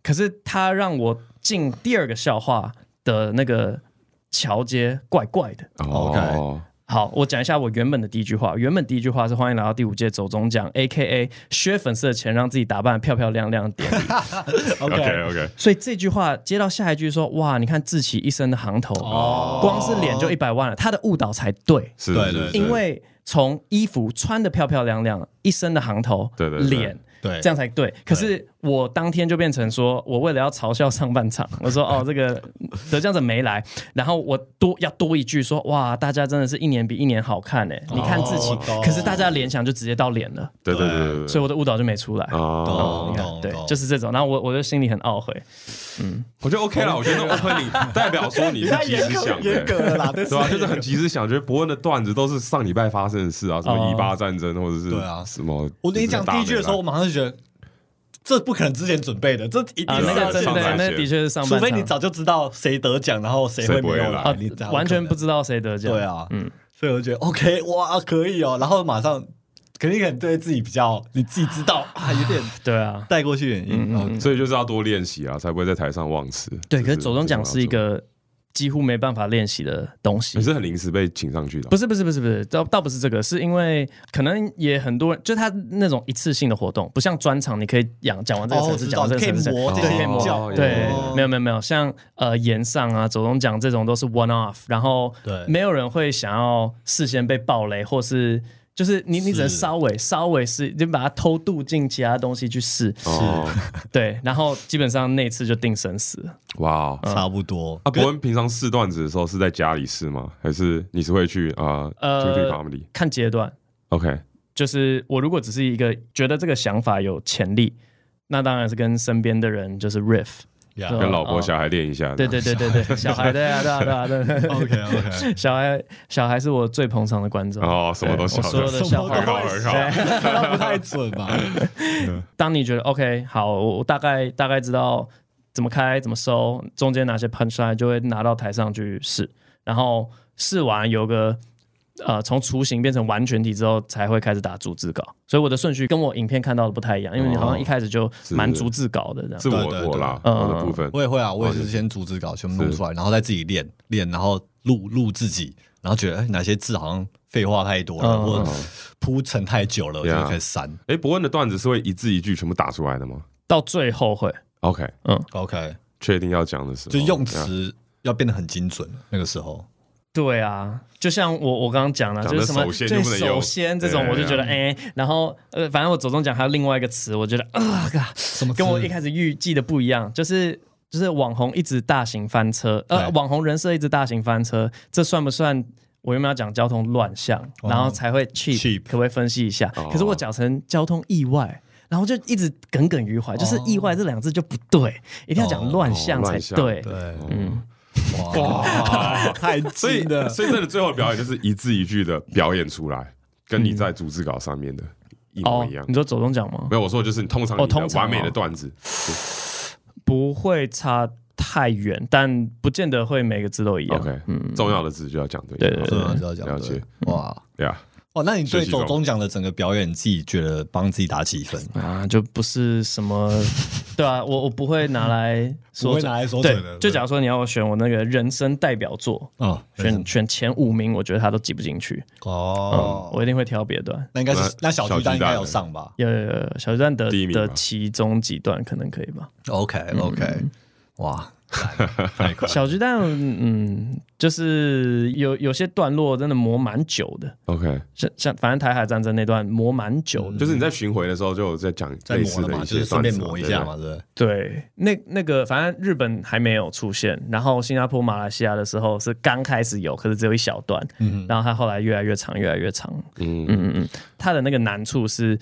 S2: 可是他让我进第二个笑话的那个桥接，怪怪的。
S3: 哦，
S2: 好，我讲一下我原本的第一句话。原本第一句话是欢迎来到第五届走中奖，A K A 削粉丝的钱让自己打扮得漂漂亮亮的典礼。
S3: OK OK，
S2: 所以这句话接到下一句说，哇，你看志奇一身的行头，
S1: 哦
S2: 光是脸就一百万了，他的误导才对，
S3: 是
S1: 对
S3: 是
S1: 对
S3: 是，
S2: 因为从衣服穿的漂漂亮亮，一身的行头，
S3: 对对对
S2: 脸。
S1: 对
S2: 这样才对。可是我当天就变成说，我为了要嘲笑上半场，我说哦，这个得奖者没来，然后我多要多一句说，哇，大家真的是一年比一年好看哎、你看自己
S1: 我，懂
S2: 可是大家联想就直接到脸了，
S3: 对对对对对，
S2: 所以
S3: 以
S2: 我的误导就没出来。
S3: 哦
S1: 懂。
S2: 你看
S1: 懂
S2: 对，
S1: 懂
S2: 就是这种。然后我我就心里很懊悔，
S3: 我觉得 OK 啦，我觉得 opening 代表说你是及时想的，
S1: 了啦，对
S3: 对啊吧？就是很及时想，觉得伯恩的段子都是上礼拜发生的事啊，什么
S2: 哦
S3: 以巴战争或者是
S1: 对啊
S3: 什么。
S1: 我你讲第一句的时候，我，马上就觉得这不可能之前准备的，这一定
S2: 啊，
S1: 是
S2: 那
S1: 要
S2: 个
S1: 先
S3: 上
S2: 真的，
S3: 上半
S2: 那
S3: 线
S2: 的确是上
S1: 除
S2: 半
S1: 非你
S2: 场
S1: 早就知道谁得奖，然后谁会没有
S3: 谁
S1: 来，你
S2: 啊，完全不
S1: 知
S2: 知道谁得奖。
S1: 对，啊，
S2: 嗯
S1: 嗯，所以我觉得 OK，哇，可以哦，然后马上肯定可能对自己比较，你自己知道啊，有点
S2: 对啊，
S1: 带过去原因，嗯，
S3: 所以就是要多练习啊，才不会在台上忘词。
S2: 对。
S3: 这
S2: 可是走中奖是一
S3: 这
S2: 个几乎没办法练习的东西
S3: 要做，你，是很临时被请上去的啊。
S2: 不是不是不是不是，倒倒不是这个，是因为可能也很多人，就他那种一次性的活动，不像专场，你可以讲讲完这个
S1: 哦，
S2: 城
S1: 我
S2: 市，
S1: 知
S2: 讲
S1: 道，
S2: 完这
S1: 你
S2: 个
S1: 可以
S2: 城市，
S1: 磨，
S3: 哦
S1: 这个可以磨
S3: 哦
S2: 对
S1: 哦，
S2: 没有没有没有，像呃岩上啊、走中奖这种都是 one off，然后
S1: 对
S2: 没有人会想要事先被暴雷，或是就是你你只能
S1: 是
S2: 稍微稍微是你把它偷渡进其他东西去试，
S3: 哦，
S2: 对，然后基本上那次就定生死了。
S3: 哇
S2: 嗯
S3: 哦。
S1: 差不多
S3: 啊，伯恩平常试段子的时候是在家里试吗？还是你是会去啊
S2: 呃
S3: t w comedy？OK，
S2: 看阶段，就是我如果只是一个觉得这个想法有潜力，那当然是跟身边的人就是 riff，
S1: 呀
S2: 对
S3: 跟老婆
S2: 哦
S3: 小孩练一下。
S2: 对对对对对， 小孩对啊对啊对啊对 啊对啊，
S1: ，OK OK，
S2: 小孩小孩是我最捧场的观众
S3: 哦什么都
S2: 对
S3: 小
S2: 我所有的小
S3: 很好
S2: 孩，
S3: 很好。
S1: 那不太准吧？
S2: 当你觉得 OK 好，我我大概大概知道怎么开怎么收，中间哪些 punch line 就会拿到台上去试，然后试完有个。呃，从雏形变成完全体之后，才会开始打逐字稿，所以我的顺序跟我影片看到的不太一样，因为你好像一开始就蛮逐字稿的这样。
S3: 是我
S1: 对对对
S3: 我啦，
S2: 嗯
S3: 我的部分。
S1: 我也会啊，我也是先逐字稿全部
S3: 是
S1: 弄出来，然后再自己练练，然后录录自己，然后觉得哎哪些字好像废话太多了，
S2: 嗯
S1: 或者铺陈太久了，我
S3: Yeah
S1: 就开始删。
S3: 哎，伯恩的段子是会一字一句全部打出来的吗
S2: 到最后会，
S3: ？OK，
S1: OK，
S3: 确定要讲的时候，
S1: 就用
S3: 对啊
S1: 词要变得很精准。那个时候，
S2: 对啊，就像我我刚刚讲了，
S3: 讲
S2: 就
S3: 的
S2: 是什么
S3: 首先
S2: 对
S3: 就不能有
S2: 首先这种，
S3: 对啊
S2: 我就觉得
S3: 对
S2: 哎、然后呃，反正我走中奖还有另外一个词，我觉得啊、嘎
S1: 什么
S2: 跟我
S1: 词
S2: 一开始预计的不一样，就是就是网红一直大型翻车，呃，
S1: 对
S2: 网红人设一直大型翻车，这算不算？我原本要讲交通乱象，
S1: 哦
S2: 然后才会 cheap，,
S1: cheap
S2: 可不可以分析一下？
S3: 哦
S2: 可是我讲成交通意外。然后就一直耿耿于怀，就是
S1: 哦
S2: 意外这两个字就不对，一定要讲
S1: 哦
S2: 乱象
S3: 哦
S2: 才
S3: 乱象
S2: 对。
S1: 对，
S2: 嗯，
S1: 哇，太
S3: 所以
S1: 近了，
S3: 哦所以真的最后表演就是一字一句的表演出来，跟你在逐字稿上面的一模
S2: 嗯哦
S3: 一样，
S2: 你。说走中奖吗
S3: 没？有，我说就是你通常你
S2: 哦通
S3: 的
S2: 常
S3: 完美的
S2: 哦
S3: 段子，
S2: 不会差太远，但不见得会每个字都一样。
S3: OK，重要的字就要讲对。
S2: 嗯对对
S1: 对
S2: 对
S1: 啊，知道讲
S3: 了
S1: 对
S3: 解。
S1: 哇
S3: 对啊，
S1: 哇，那你对
S3: 学习中
S1: 走中奖的整个表演，你自己觉得帮自己打几分？
S2: 啊，就不是什 么，对啊，我我不会拿来说
S1: 不会
S2: 嘴
S1: 拿来说嘴的
S2: 对，
S1: 对
S2: 就假如说你要我选我那个人生代表作，
S1: 哦，
S2: 选选前五名，我觉得他都挤不进去。嗯，
S1: 哦，
S2: 我一定会挑别段。
S1: 那应该是
S3: 那
S1: 那小
S3: 小
S1: 巨
S3: 巨
S1: 蛋应
S3: 蛋
S1: 该
S3: 呢
S1: 有上吧
S2: 有有有，小巨蛋的
S3: 第一名吧
S2: 的其中几段可能可以吧。
S1: ？OK OK，哇，太
S3: 呃
S1: 快了
S2: 小巨蛋，嗯，就是有有些段落真的磨蛮久的，
S3: OK，
S2: 像像反正台海战争那段磨蛮久的。
S3: 就是你在巡回的时候就有在讲
S1: 再
S3: 类
S1: 磨
S3: 似
S1: 了
S3: 的
S1: 嘛，
S3: 一
S1: 就
S3: 些
S1: 是顺
S3: 段子
S1: 便磨一下。嘛，对不对？
S2: 对，那那个反正日本还没有出现，然后新加坡、马来西亚的时候是刚开始有，可是只有一小段，
S3: 嗯
S2: 然后它后来越来越长，越来越长。嗯嗯嗯，它的那个难处是。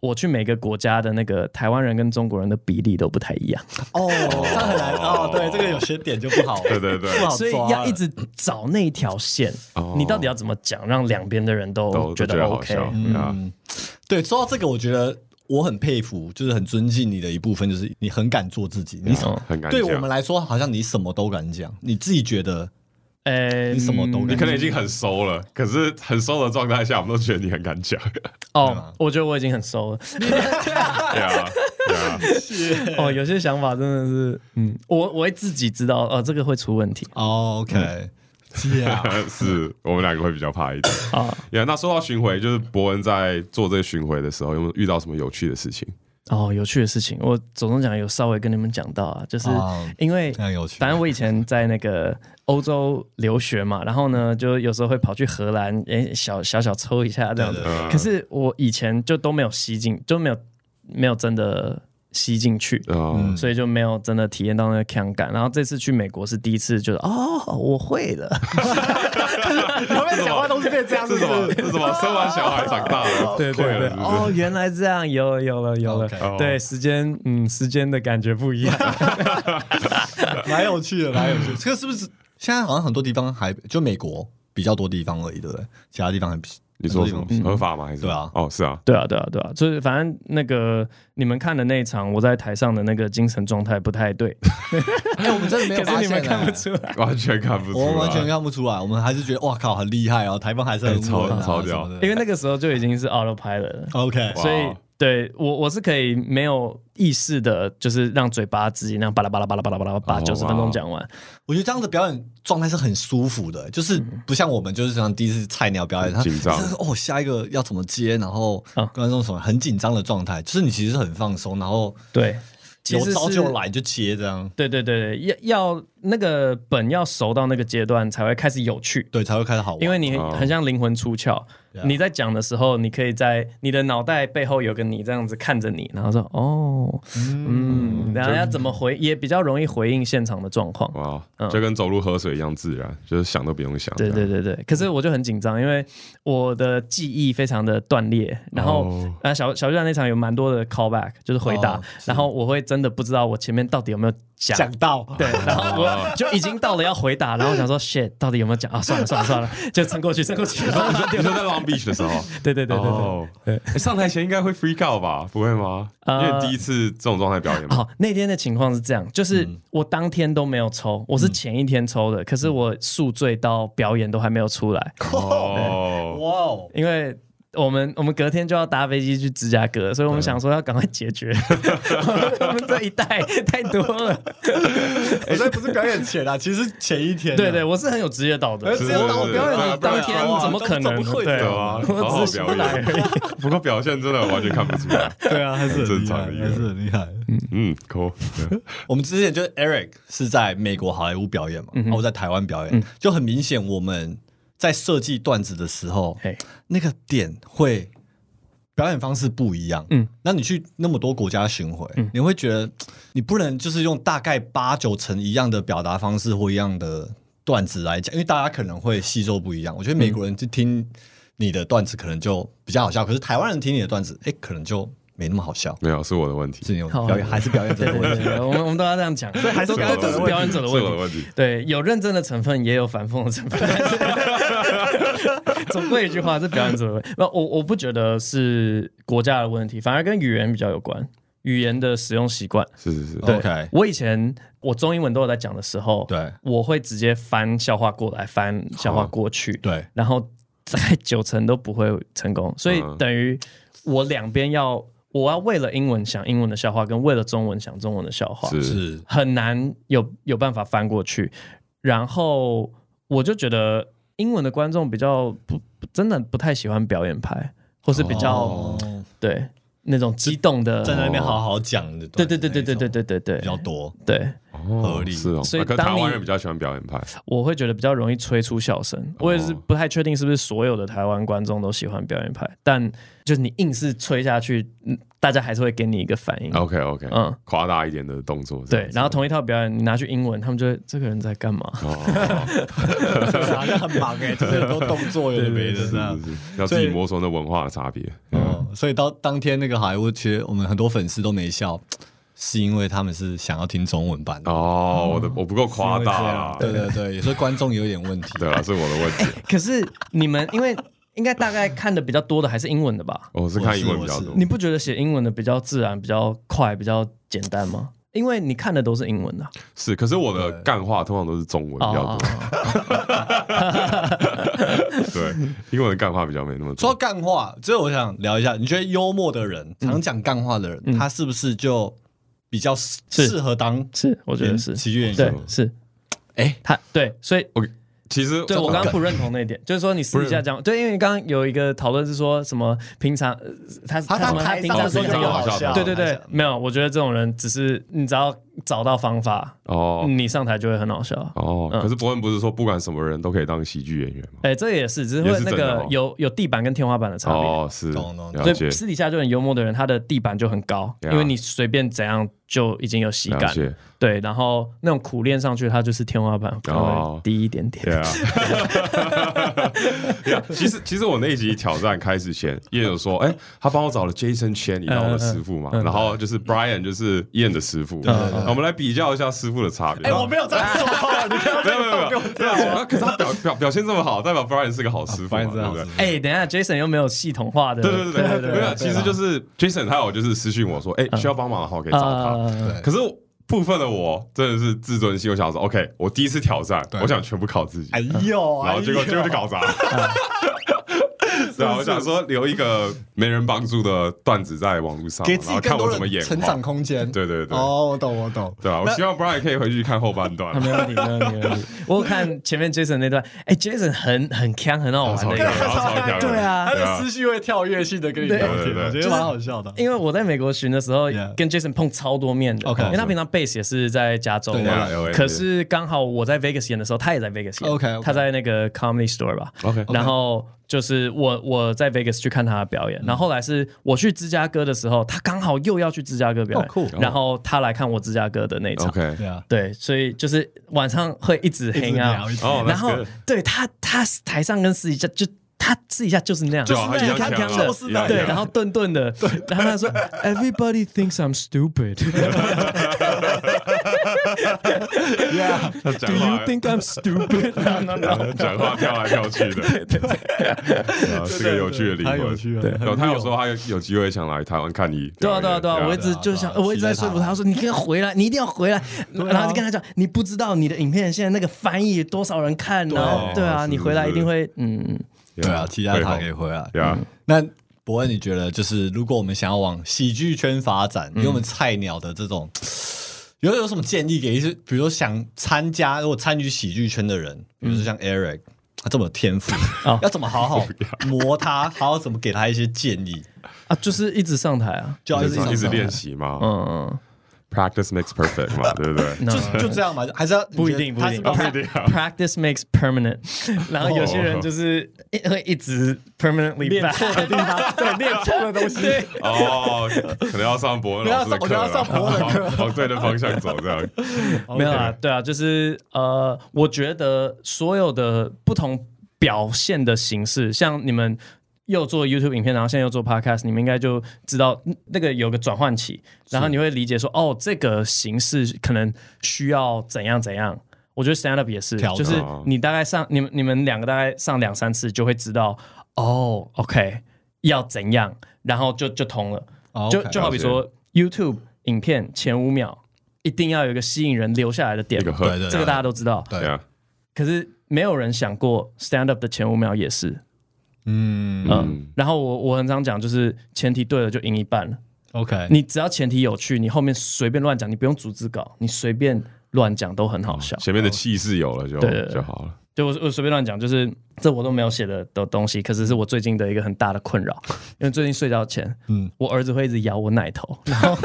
S2: 我去每个国家的那个台湾人跟中国人的比例都不太一样，
S1: 哦，这样很难哦，对，这个有些点就不好，
S3: 对对对
S1: 不好抓了，
S2: 所以要一直找那条线
S3: 哦，
S2: 你到底要怎么讲，让两边的人
S3: 都
S2: 都
S3: 都
S2: 觉
S3: 觉得
S2: 得
S3: 好
S2: OK？嗯
S3: 笑啊！
S1: 对。说到这个，我觉得我很佩服，就是很尊敬你的一部分，就是你很敢做自己。你什
S2: 嗯
S3: 很敢
S1: 对
S3: 讲。
S1: 我们来说，好像你什么都敢讲，你自己觉得
S2: 呃，
S1: 你什么都
S2: 嗯
S1: 敢
S3: 你可能已经很熟了，可是很熟的状态下，我们都觉得你很敢 讲。
S2: 哦，我觉得我已经很熟了。
S3: 对啊，对啊，
S2: 哦，有些想法真的是，嗯，我我会自己知道，哦，这个会出问题
S1: 哦 OK，这样
S3: 是我们两个会比较怕一点。
S2: 啊。
S3: 呀、那说到巡回，就是博文在做这个巡回的时候，有没有遇到什么有趣的事情？
S2: 哦，有趣的事情，我总共讲有稍微跟你们讲到啊，就是
S1: 哦
S2: 因为
S1: 非常有趣
S2: 反正我以前在那个欧洲留学嘛，然后呢，就有时候会跑去荷兰，诶、小小小抽一下这样子。
S1: 对对
S3: 对
S2: 可是我以前就都没有吸进，就没有没有真的吸进去。
S3: 啊、
S1: 嗯
S2: 所以就没有真的体验到那个腔感，然后这次去美国是第一次，就是哦，我会了，
S1: 我们讲话都是变这样
S3: 是
S1: 子
S3: 什么？是什么？生完小孩长大了，
S1: 对对
S3: 退了
S1: 对
S3: 是不是
S2: 哦，原来这样，有了有了有了
S1: OK
S2: 对，时间，嗯，时间的感觉不一样，
S1: 蛮有趣的，蛮有趣的。这个是不是现在好像很多地方还就美国比较多地方而已，对不对？其他地方很
S3: 你说什么
S1: 很多地方不？行
S3: 合法吗？还是
S1: 对啊
S3: 哦，是啊，
S2: 对啊，对啊，对啊，就是反正那个你们看的那一场，我在台上的那个精神状态不太对，
S1: 哎，我们真的没有
S2: 可
S1: 发
S2: 是你
S1: 现
S2: 们看
S1: 欸
S2: 不出 来。
S3: 完全看不出来，
S1: 我们完全看不出来，我们还是觉得哇靠，很厉害哦，台风还是很
S3: 哎超
S1: 稳啊
S3: 超屌
S1: 什么的
S2: 因为那个时候就已经是 autopilot 了，
S1: OK，
S3: 哇
S2: 所以对我我是可以没有意识的，就是让嘴巴自己那样巴拉巴拉巴拉巴拉巴拉把
S3: 哦
S2: 九十分钟讲完。
S1: 我觉得这样的表演状态是很舒服的，就是
S2: 嗯
S1: 不像我们就是像第一次菜鸟表演，他
S3: 紧张
S1: 就是哦下一个要怎么接，然后
S2: 啊
S1: 观众什么很紧张的状态，就是你其实是很放松，然后
S2: 对，其
S1: 有
S2: 实
S1: 招
S2: 是
S1: 就来就接这样，
S2: 对对对对，要要那个本要熟到那个阶段才会开始有趣。
S1: 对才会开始好玩。啊
S2: 因为你
S3: 哦
S2: 很像灵魂出窍。
S1: 对啊
S2: 你在讲的时候，你可以在你的脑袋背后有个你这样子看着你，然后说哦，嗯，然后要怎么回也比较容易回应现场的状况。
S1: 哦
S3: 哇
S2: 嗯，
S3: 就跟走入河水一样自然，就是想都不用想。
S2: 对
S3: 这
S2: 对
S3: 样，
S1: 啊
S2: 对对，可是我就很紧张，因为我的记忆非常的断裂，然后、
S3: 哦
S2: 啊小小巨蛋那场有蛮多的 callback，就是回答，
S1: 哦
S2: 然后我会真的不知道我前面到底有没有讲
S1: 讲到
S2: 对，然后我就已经到了要回答，然后我想说 shit，到底有没有讲啊？算了算了算了，就撑过去，撑过去。
S3: 你说在 Long Beach 的时候，
S2: 对 对对对对。
S3: 哦哎上台前应该会 freak out 吧？不会吗？因
S2: 呃
S3: 为第一次这种状态表演嘛。
S2: 好，那天的情况是这样，就是我当天都没有抽，我是前一天抽的，可是我宿醉到表演都还没有出来，
S3: 哦，
S1: 哇哦，
S2: 因为。我们我们隔天就要搭飞机去芝加哥，所以我们想说要赶快解 决，我们这一代太多了。
S1: 我这不是表演前啊，其实前一天啊
S2: 对对，，我是很啊有职业道德
S1: 哎
S2: 的，
S1: 职
S3: 业道德
S2: 我我表演当天
S1: 哇
S2: 怎么可能
S1: 怎么会
S2: 对
S3: 对啊，好
S2: 我
S3: 好
S2: 只是
S3: 表演。不过表现真的完全看不出来。
S1: 对啊，还是很
S3: 正
S1: 厉
S3: 常
S1: 害
S3: 的一个
S1: 还是很厉害。
S3: 嗯，cool。
S1: 我们之前就是 Eric 是在美国好莱坞表演嘛，然后我在台湾表演，就很明显我们在设计段子的时候
S2: 嘿，
S1: 那个点会表演方式不一样。嗯
S2: 嗯，
S1: 那你去那么多国家巡回，你会觉得你不能就是用大概八九成一样的表达方式或一样的段子来讲，因为大家可能会吸收不一样。我觉得美国人就听你的段子可能就比较好笑，可是台湾人听你的段子，哎、可能就没那么好笑。
S3: 没有，是我的问题，
S1: 是你有表演还是表演者
S2: 对
S1: 的问
S2: 对
S1: 题？
S2: 对，我们我们都要这样讲，所以还是
S3: 是我的
S2: 都
S3: 问
S2: 是
S3: 题
S2: 表演者的问
S3: 是我的
S2: 题。
S3: 问题。
S2: 对，有认真的成分， 也有反讽的成分。总归一句话，是表演者的问题。不，我我不觉得是国家的问题，反而跟语言比较有关，语言的使用习惯。
S3: 是是是，
S1: 对 OK
S2: 我以前我中英文都有在讲的时候，
S1: 对
S2: 我会直接翻笑话过来，翻笑话过去，
S1: 对。
S2: 然后大概 九成都不会成功，所以
S3: 嗯
S2: 等于我两边要，我要为了英文想英文的笑话，跟为了中文想中文的笑话，
S3: 是
S1: 是
S2: 很难有有办法翻过去。然后我就觉得英文的观众比较不不真的不太喜欢表演派，或是比较、
S1: 哦
S2: 对那种激动的，
S1: 在那边好好讲的，
S2: 对对对对对对对对
S1: 比较
S2: 对
S1: 多。
S2: 对，
S3: 哦
S1: 合理
S3: 是哦。
S2: 所以
S3: 啊可是
S2: 当
S3: 台湾
S2: 你嗯
S3: 人比较喜欢表演派，
S2: 我会觉得比较容易吹出笑声。我也是不太确定是不是所有的台湾观众都喜欢表演派，但就是你硬是吹下去，嗯大家还是会给你一个反应。
S3: OK OK，嗯
S2: 嗯，
S3: 夸大一点的动作这样
S2: 对
S3: 子，，
S2: 然后同一套表演你拿去英文，他们就会这个人在干嘛？
S3: 哦
S1: 好像很忙哎，就是很多动作有的没的这样
S3: 是。是是要自己摸索那文化的差别。
S1: 哦，所以到当天那个好莱坞，其实我们很多粉丝都没笑，是因为他们是想要听中文版的。
S3: 哦，我的我不够夸大啦，啊
S1: 啊对对对，也是观众有点问题。
S3: 对啦，是我的问题。
S2: 可是你们因为应该大概看的比较多的还是英文的吧？
S3: 我哦是看英文比较多
S1: 我
S2: 你。不觉得写英文的比较自然、比较快、比较简单吗？因为你看的都是英文的啊
S3: 是，可是我的干话通常都是中文比较
S2: 哦
S3: 多，对，英文的干话比较没那
S1: 说
S3: 么多
S1: 到。干话，这我想聊一下，你觉得幽默的人，常讲干话的人，
S2: 嗯
S1: 他是不是就比较适
S2: 是
S1: 适合当
S2: 是，我觉得是，
S1: 喜剧演
S2: 对
S1: 员？，
S2: 是
S1: 哎，
S2: 他对，所以
S3: 其实哦
S2: 对我刚刚不认同那一点，就是说你私底下讲，对，因为你刚刚有一个讨论是说什么平常呃他
S1: 他
S2: 什么
S1: 他
S2: 他
S1: 台
S2: 平
S1: 上
S2: 常
S1: 的时
S2: 是
S1: 候
S2: 这
S1: 就
S3: 平常
S1: 很
S2: 个
S3: 好
S1: 好
S3: 笑
S1: 笑，
S2: 对对对，没有，我觉得这种人只是你只要找到方法，
S3: 哦
S2: 你上台就会很好笑。
S3: 哦，可是伯恩不是说不管什么人都可以当喜剧演员吗？
S2: 哎，这也是，只是
S3: 也
S2: 会
S3: 是
S2: 那
S3: 真的
S2: 个
S3: 哦
S2: 有有地板跟天花板的差别。
S3: 哦，是，
S1: 懂懂懂
S3: 了
S2: 所
S3: 解
S2: 以，私底下就很幽默的人，他的地板就很高，
S3: Yeah
S2: 因为你随便怎样就已经有喜
S3: 了
S2: 感。
S3: 解，
S2: 对，然后那种苦练上去，他就是天花板稍
S3: 哦
S2: 微低一点点。
S3: 对啊，对啊。其实其实我那一集挑战开始前，燕有说，哎、他帮我找了 Jason Chen，你当我的师傅嘛，然后就是 Brian 就是燕的师傅，那我们来比较一下师傅的差别。
S1: 哎，我没有在说，你不要啊
S3: 没
S1: 再
S3: 有没有没有，没有没有可是他表表表现这么好，代表 Brian 是个好师傅嘛，
S1: 反正
S3: 对不对？
S2: 哎、等一下，Jason 又没有系统化的，
S3: 对对对对对，没有，其
S2: 啊
S3: 实就是 Jason 他有就是私信我说，哎，需要帮忙的话可以找他。
S2: 啊，
S3: 可是部分的我真的是自尊心，我想说，OK，我第一次挑战，
S1: 对
S3: 我想全部靠自己
S1: 哎，呦，
S3: 然后结果
S1: 哎
S3: 结
S1: 呦
S3: 果就搞砸了。对啊，我想说留一个没人帮助的段子在网络上，
S1: 给
S3: 然
S1: 自己
S3: 后
S1: 更
S3: 看我
S1: 多
S3: 怎么
S1: 的
S3: 演
S1: 成
S3: 化
S1: 长。空间。
S3: 对对对，
S1: 哦，我懂我懂。
S3: 对啊，我希望 Brian 可以回去看后半段
S2: 啊，。没问题，没问题，没问题。我有看前面 Jason 那段，哎、j a s o n 很很强，很好玩
S3: 超
S2: 的一
S3: 强，
S2: 个人。
S3: 然后超强，
S2: 对啊
S1: 他的思绪会跳跃性的跟你聊
S3: 对对
S1: 天，
S3: 对
S1: 我觉得蛮好笑的。
S2: 因为我在美国巡的时候
S1: Yeah，
S2: 跟 Jason 碰超多面的
S1: OK
S2: 因为他平常 base 也是在加州
S1: 对
S2: 嘛
S3: LA
S2: 可是刚好我在 Vegas 演的时候，他也在 Vegas 演
S1: OK，OK
S2: 他在那个 Comedy Store 吧
S3: OK
S2: 然后就是我我在 Vegas 去看他的表
S3: 嗯
S2: 演，然后后来是我去芝加哥的时候，他刚好又要去芝加哥表演
S1: 哦，cool
S2: 然后他来看我芝加哥的那一场
S3: OK，
S1: 对啊，
S2: 对，所以就是晚上会一直 hang
S1: 聊
S2: out，
S1: 一直
S3: 哦，
S2: 然后对他，他台上跟私底下就他私底下就是那样，
S3: 就是
S2: 那
S3: 一
S2: 样
S3: 样
S2: 康
S3: 强
S2: 康
S3: 啊
S2: 的
S3: 就是那，样
S2: 对，然后顿 顿的，然后他说 Everybody thinks I'm stupid.
S1: Yeah，
S3: 他
S2: Do
S3: 讲
S2: you
S3: 话
S2: think I'm stupid? No, no, no.
S3: 讲话 跳来跳去的，啊是个有趣的灵
S1: 太
S3: 魂。
S1: 有趣了
S2: 对
S1: 很
S3: 然后他有
S1: real
S3: 说他有有机会想来台湾看你
S2: 对
S3: 表
S2: 啊，
S3: 演。
S2: 对啊，对啊，我一直
S1: 对啊
S2: 就想，
S1: 对啊
S2: 我一直在说服他，我说你一定要回来，你一定要回来，
S1: 啊
S2: 然后就跟他讲，你不知道你的影片现在那个翻译多少人看，然后对啊，
S3: 是
S2: 你回来一定会，嗯，
S1: 对啊，期待他可以回来。
S3: 对啊，
S1: 那伯恩，你觉得就是如果我们想要往喜剧圈发展，
S3: 嗯
S1: 有我们菜鸟的这种， 有有什么建议给一些，比如说想参加如果参与喜剧圈的人，比
S3: 嗯
S1: 如说像 Eric，他这么有天 赋
S2: 哦，
S1: 要怎么好好磨他，好好怎么给他一些建议，
S2: 啊，就是一直上台啊，
S1: 就要一直
S3: 一直练，习嘛
S2: 嗯嗯
S3: ，practice makes perfect 嘛，对不对？
S2: 嗯，
S1: 就
S2: No
S1: 就这样嘛，还是要
S2: 不一定，不一定，
S1: 他是
S3: 不一定啊
S2: Practice makes permanent，然后有些人就是一会一直 permanently
S1: 练
S2: bad
S1: 错的地方，对，练错的东西，对，
S3: 哦，可能要上伯恩老师的课
S1: 我觉得
S3: 了，
S1: 要上伯恩的课
S3: 往 往对的方向走，这 样。
S2: 没有啊，对啊，就是呃，我觉得所有的呃不同表现的形式，像你们。又做 YouTube 影片，然后现在又做 Podcast，你们应该就知道嗯那个有个转换期，然后你会理解说，哦，这个形式可能需要怎样怎样。我觉得 Stand Up 也是，
S1: 调整啊
S2: 就是你大概上你们你们两个大概上两三次就会知道，哦，OK，要怎样，然后就就通了。
S1: 哦
S2: 就
S1: OK
S2: 就好比说 YouTube 影片前五秒一定要有一个吸引人留下来的点
S3: 一，个
S1: 对
S3: 喝
S1: 对，，对
S2: 这个大家都知道。
S1: 对
S3: 对啊，
S2: 可是没有人想过 Stand Up 的前五秒也是，
S1: 嗯
S2: 嗯。然后我我很常讲，就是前提对了就赢一半了。
S1: ，OK，
S2: 你只要前提有趣，你后面随便乱讲，你不用逐字稿，你随便乱讲都很好笑。
S1: 哦
S3: 前面的气势有了就
S2: 哦对对对
S3: 就好了。
S2: 就我我随便乱讲，就是这我都没有写的的东西，可是是我最近的一个很大的困扰，因为最近睡觉前，嗯，我儿子会一直咬我 奶头，然后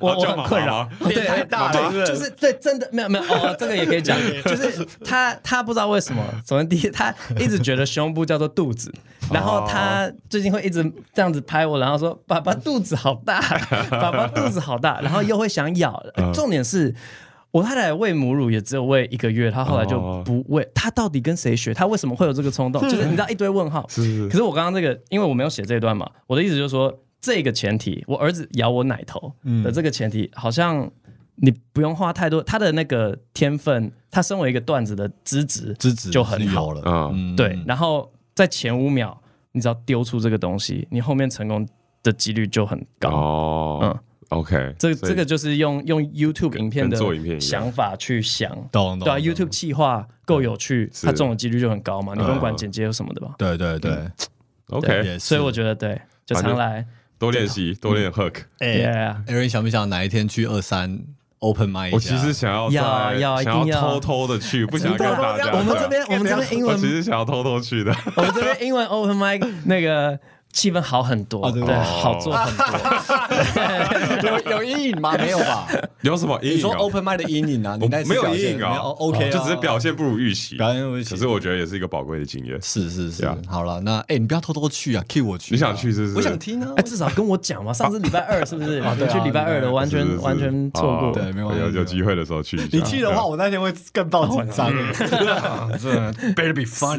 S2: 我我很困扰，
S1: 脸太大了，
S2: 对，就是对，真的没有没有哦，这个也可以讲，就是他他不知道为什么，首先第一，他一直觉得胸部叫做肚子，然后他最近会一直这样子拍我，然后说爸爸肚子好大，爸爸肚子好大，然后又会想咬，重点是。我太太喂母乳也只有喂一个月，她后来就
S3: 哦
S2: 不喂。她到底跟谁学？她为什么会有这个冲动？就是你知道一堆问号。
S3: 是
S2: 可是我刚刚这个，因为我没有写这一段嘛，我的意思就是说，这个前提，我儿子咬我奶头的这个前提，好像你不用花太多，他的那个天分，他身为一个段子的资质，
S1: 资质
S2: 就很
S1: 是
S2: 好
S1: 有了，
S3: 嗯，
S2: 对，然后在前五秒，你只要丢出这个东西，你后面成功的几率就很高。
S3: 哦
S2: 嗯
S3: ，OK，
S2: 这
S3: 所以
S2: 这个就是用用 YouTube 影片
S3: 跟做影片一
S2: 的
S3: 样
S2: 想法去想，
S1: 懂懂
S2: 对啊
S1: 懂
S2: ，YouTube 企划够有趣，
S3: 是
S2: 它中的几率就很高嘛，你不用
S3: 嗯
S2: 管剪接有什么的吧？
S1: 对对
S2: 嗯
S1: 对，
S3: OK，
S1: 也是
S2: 所以我觉得对，就
S3: 反正
S2: 常来
S3: 多练习，多练 hook。
S2: 嗯
S1: 哎
S2: ，Yeah，
S1: ，Aaron 想不想哪一天去二三 open m i
S3: 我其实想要
S2: 要
S3: 在
S2: 要一
S3: 想
S2: 定
S3: 要
S2: 要
S3: 偷偷的去，不想跟大家讲。
S2: 我们这边我们这边英
S3: 我
S2: 文
S3: 其实想要偷偷去的。
S2: 我们这边英文 open mic 那个气氛好很多，
S1: 哦对
S2: 对，
S1: 哦
S2: 好做很多。
S1: 有有阴影 吗？没有 吧？
S3: 有什么阴
S1: 你
S3: 影哦？
S1: 说 open m i 的阴影啊？
S3: 我
S1: 你那次
S3: 没有
S1: 表现
S3: 阴影
S1: 没
S3: 啊
S1: 有，OK，啊
S3: 就只是表现不如预期。
S1: 表现不如预期
S3: 可是我觉得也是一个宝贵的经验。
S1: 是是是
S3: Yeah，
S1: 好了，那哎，你不要偷偷去啊，Q 我去啊，
S3: 啊你想去是不是
S1: 我想听啊
S2: 哎，， 至少跟我讲嘛，上次礼拜二是不 是？
S1: 对
S2: 你
S1: 啊
S2: 去礼拜二的，完
S3: 是
S2: 全
S3: 是
S2: 完全错
S3: 哦
S2: 过。
S1: 对没关系没
S3: 有有
S1: 关系
S3: 机会的时候去一下。啊嗯
S1: 你去的话，
S3: 对，
S1: 我那天会更爆紧张。真的，better be funny。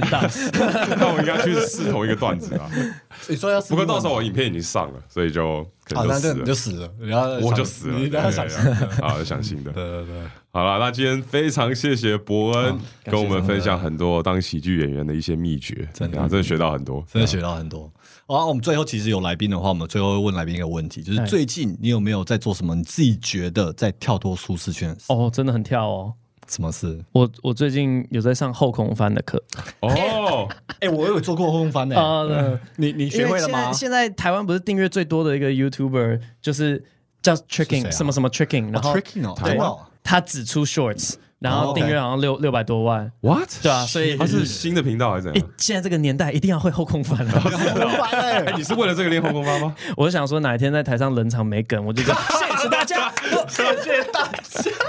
S3: 那我应 该去试同一个段子 啊。
S1: 你说要死
S3: 不过到时候
S1: 我
S3: 我影片已经上了，所以就可
S1: 啊，
S3: 能
S1: 那
S3: 就
S1: 这
S3: 死
S1: 你就。死了，
S3: 了
S1: 然后
S3: 我就死了，
S1: 你
S3: 对
S1: 然后
S3: 对
S1: 想
S3: 对
S1: 死。
S3: 啊，想新的。
S1: 对对对，
S3: 好了，那今天非常谢谢伯恩
S2: 感谢
S3: 跟我们分享很多当喜剧演员的一些秘诀，
S1: 真的
S3: 啊真的学到很多。
S1: 真的学到很多。然后我们最后其实有来宾的话，我们最后会问来宾一个问题，
S2: 哎
S1: 就是最近你有没有在做什么你自己觉得在跳脱舒适圈的事
S2: 哦，真的很跳哦。
S1: 什么事？
S2: 我我最近有在上后空翻的课
S3: 哦，
S1: 哎，我有做过后空翻的
S2: 啊，对
S1: 你你学会了
S2: 因为现在
S1: 吗？
S2: 现在台湾不是订阅最多的一个 YouTuber 就是叫
S1: 是谁
S2: Tricking、
S1: 啊
S2: 什么什么 Tricking，然后
S1: tricking 哦，
S2: 对
S1: 真的哦
S2: 他只出 Shorts，然
S1: 哦
S2: 后
S1: ，OK
S2: 订阅好像六六百多万，
S3: What？
S2: 对啊，所以
S3: 他是新的频道还是怎
S2: 诶
S3: 样？
S2: 现在这个年代一定要会后空翻了。
S1: 后空翻
S3: 哎，
S1: 哎，
S3: 你是为了这个练后空翻吗？
S2: 我就想说哪一天在台上冷场没梗，我就 讲谢谢大家，
S1: 谢谢大家。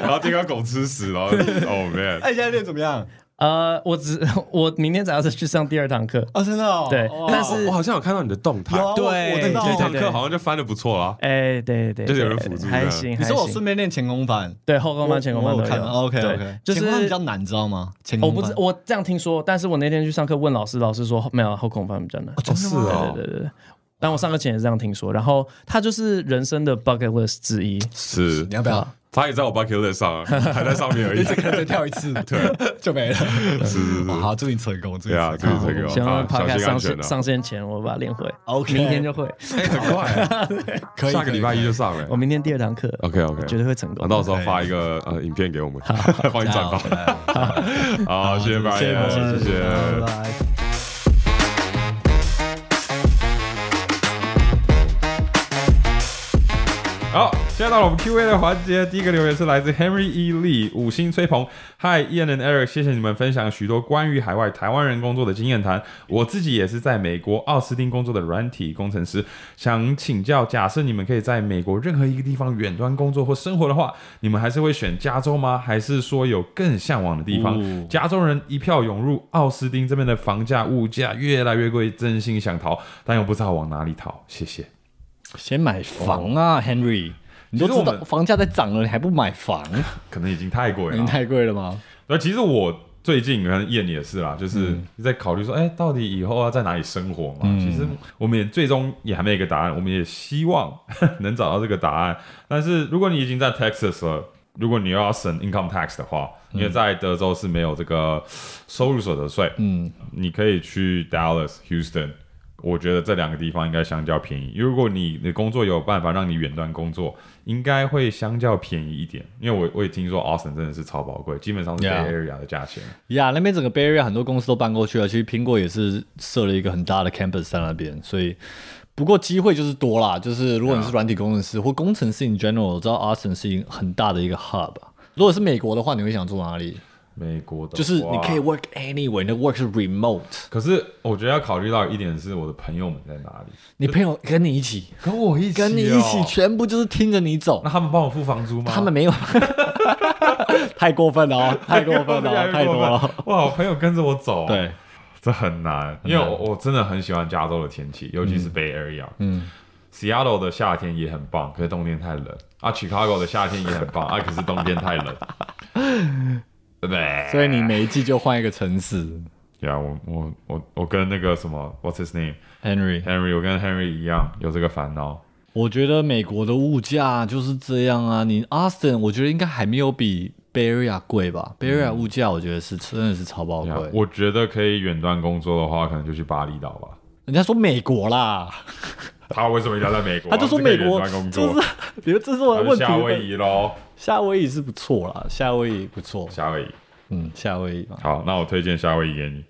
S3: 然后这个狗吃屎，然后 Oh man，
S1: 哎，现在练怎么样？
S2: 呃，我只 我明天早上再去上第二堂课，
S1: 啊，真的哦。
S2: 对
S1: 哇
S2: 但是
S3: 我好像有看到你的动态
S1: 有，啊，我
S2: 对
S1: 我
S3: 你
S1: 知道
S3: 这
S2: 对
S3: 堂
S2: 对
S3: 课好像就翻的不错啦。
S2: 哎，对对，
S3: 就是有
S2: 对
S3: 人辅助
S2: 还
S3: 的
S2: 行，
S1: 你
S2: 还
S1: 说我
S2: 行
S1: 顺便练前空翻，
S2: 对后空翻、前空翻
S1: 我
S2: 都
S1: 有看
S2: 有。
S1: ，OK
S2: 对
S1: OK，
S2: 就
S1: 前空翻比
S2: 是
S1: 较难，你知道吗？前
S2: 哦我
S1: 空
S2: 不
S1: 翻
S2: 知我这样听说，但是我那天去上课问老师，老师说没有啊后空翻比较难。
S3: 哦，是哦，
S2: 对对对，但我上课前也是这样听说。然后它就是人生的 bucket list 之一，
S3: 是
S1: 你，要不要？
S3: 他也在我 bucket list 上啊，还在上面而已。
S1: 你这个再跳一 次，对， 就没了。
S3: 是是是
S1: 哇， 好，祝你成功，祝你
S3: 对啊，
S1: 成
S3: 这
S1: 功。
S3: 个这个
S2: 希
S3: 啊
S2: 望 p o
S3: 小
S2: d c
S3: 心安
S2: 上
S3: 全
S2: 线
S3: 啊。
S2: 上线前我把它练会
S1: OK
S2: 明天就会，
S3: 哎，很 快，
S1: 可以，
S3: 啊下个礼拜一就上了
S2: 我。明天第二堂课
S3: OK OK，
S2: 绝对会成
S3: 啊，
S2: 功。
S3: 到时候发一个呃影片给 我们， 帮你转发。
S1: 发，
S3: 好，谢谢
S5: 哎
S3: b r
S1: 谢
S3: i
S1: 谢，
S3: 谢谢
S1: 拜。拜。
S3: 好，现在到了我们 Q&A 的环节。第一个留言是来自 Henry E. Lee，五星吹捧，Hi Ian and Eric，谢谢你们分享许多关于海外台湾人工作的经验谈。我自己也是在美国奥斯汀工作的软体工程师，想请教，假设你们可以在美国任何一个地方远端工作或生活的话，你们还是会选加州吗？还是说有更向往的地方？
S1: 哦
S3: 加州人一票涌入奥斯汀这边的房价、物价越来越贵，真心想逃，但又不知道往哪里逃。谢谢。
S5: 先买房啊、h e n r y 你都
S3: 其实
S5: 知
S3: 我
S5: 道
S3: 们
S5: 房价在涨了，你还不买 房？
S3: 可能已经太贵了
S5: 您
S3: 啊。
S5: 太贵了吗？
S3: 那其实我最近可能燕也是啦，就是在考虑说，哎、到底以后要在哪里生活嘛？其实我们也最终也还没有一个答案，我们也希望 能找到这个答案。但是如果你已经在 Texas 了，如果你又要省 income tax 的话，因为在德州是没有这个收入所得税，嗯，你可以去 Dallas、Houston。我觉得这两个地方应该相较便宜。因为如果你的工作有办法让你远端工作，应该会相较便宜一点。因为我我也听说 Austin 真的是超宝贵，基本上是
S5: Yeah
S3: Bay Area 的价钱。
S5: 呀、那边整个 Bay Area 很多公司都搬过去了，其实苹果也是设了一个很大的 campus 在那边，所以不过机会就是多啦。就是如果你是软体工程师或工程师 in general，我知道 Austin 是一个很大的一个 hub 啊。如果是美国的话，你会想住哪里？
S3: 美国的
S5: 就是
S3: 话
S5: 你可以 work anywhere，你的 work 是 remote，
S3: 可是我觉得要考虑到一点是我的朋友们在哪里，
S5: 你朋友跟你一起，
S3: 跟我一起、
S5: 跟你一起，哦全部就是听着你走
S3: 那。他们帮我付房租吗？
S5: 他 们没有，太过分了哦， 太过分了
S3: 越来
S5: 哦，
S3: 越
S5: 太多
S3: 过
S5: 了
S3: 分。哇，我朋友跟着我走，啊
S5: 对，
S3: 这很难，因为我我真的很喜欢加州的天气，尤其是 Bay Area。嗯，Seattle 的夏天也很棒，可是冬天太冷啊。Chicago 的夏天也很棒啊，可是冬天太冷，对不对？
S5: 所以你每一季就换一个城市
S3: 对啊，我我我我跟那个什么，What's his name
S5: ，Henry。
S3: Henry，我跟 Henry 一样有这个烦恼。
S5: 我觉得美国的物价就是这样啊，你 Austin 我觉得应该还没有比
S1: Bay Area 贵吧？Bay Area 物价我觉得是真的是超爆
S5: 对
S1: 贵
S5: 啊。我觉得可以远端工作的话，可能就去巴厘岛吧。
S1: 人家说美国啦，
S5: 他为什么一定要在美国？
S1: 他就说美国
S5: 他是可以远端工
S1: 就
S5: 作，
S1: 是，比如这是我
S5: 他
S1: 的问
S5: 就
S1: 题。
S5: 夏威夷喽，
S1: 夏威夷是不错啦，夏威夷不错，
S5: 夏威夷。
S1: 嗯，夏威夷吧。
S5: 好，那我推荐夏威夷给你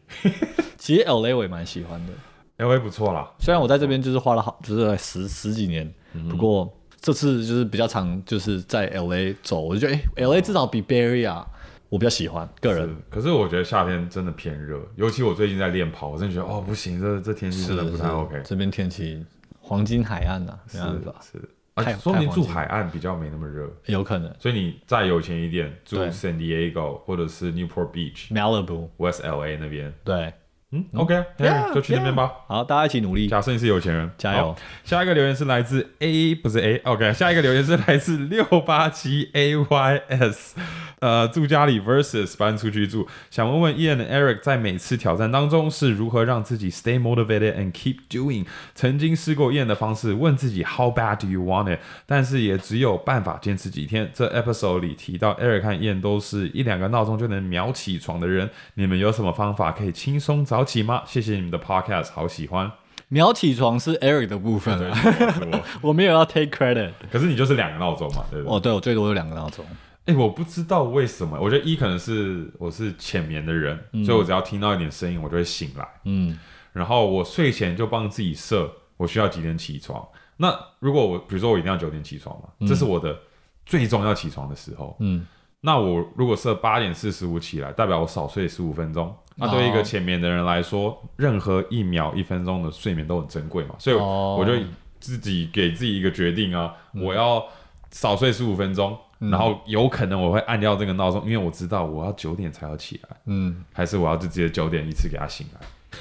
S1: 其实 L A 我也蛮喜欢的，
S5: ，L A 哎不错啦。
S1: 虽然我在这边就是花了好就是十十几年，
S5: 嗯
S1: 不过这次就是比较常就是在 L A 走，我就觉得哎、l
S5: 哦
S1: A 至少比 Bay Area 我比较喜欢，个人
S5: 是可是我觉得夏天真的偏热，尤其我最近在练跑，我真的觉得哦不行，这这天气真的不太
S1: 是
S5: OK。
S1: 这边天气黄金海岸呐、啊，没办法，
S5: 是啊
S1: 太，
S5: 说明
S1: 太
S5: 住
S1: 黄金
S5: 海岸比较没那么热，
S1: 有可能
S5: 所以你再有钱一点，住
S1: 对
S5: San Diego 或者是 Newport Beach、
S1: Malibu
S5: West LA 那边，
S1: 对，
S5: 嗯，OK，Henry，就去那边吧。
S1: 好，大家一起努力，
S5: 假设你是有钱人，
S1: 加油
S5: 好下一个留言是来自 A，不是 A，OK，、下一个留言是来自六八七 AYS，呃， 住家里 versus 搬出去住，想问问 Ian 和 Eric 在每次挑战当中是如何让自己 stay motivated and keep doing？曾经试过 Ian 的方式，问自己 How bad do you want it？但是也只有办法坚持几天。这 episode 里提到 Eric 和 Ian 都是一两个闹钟就能秒起床的人，你们有什么方法可以轻松早起吗？谢谢你们的 podcast，好喜欢。
S1: 秒起床是 Eric 的部分、
S5: 对
S1: 啊，
S5: 是我，
S1: 我没有要 take credit。
S5: 可是你就是两个闹钟嘛，对不对？
S1: 哦，对我最多有两个闹钟，
S5: 哎、我不知道为什么，我觉得一可能是我是浅眠的人，所以我只要听到一点声音，我就会醒来。
S1: 嗯，
S5: 然后我睡前就帮自己设我需要几点起床。那如果我比如说我一定要九点起床嘛，这是我的最重要起床的时候。
S1: 嗯，
S5: 那我如果设八点四十五起来，代表我少睡十五分钟。那对于一个
S1: 哦
S5: 浅眠的人来说，任何一秒一分钟的睡眠都很珍贵嘛，所以
S1: 哦嗯
S5: 我就自己给自己一个决定啊，我要少睡十五分钟，然后有可能我会按掉这个闹钟，因为我知道我要九点才要起来，
S1: 嗯，
S5: 还是我要就直接九点一次给他醒来，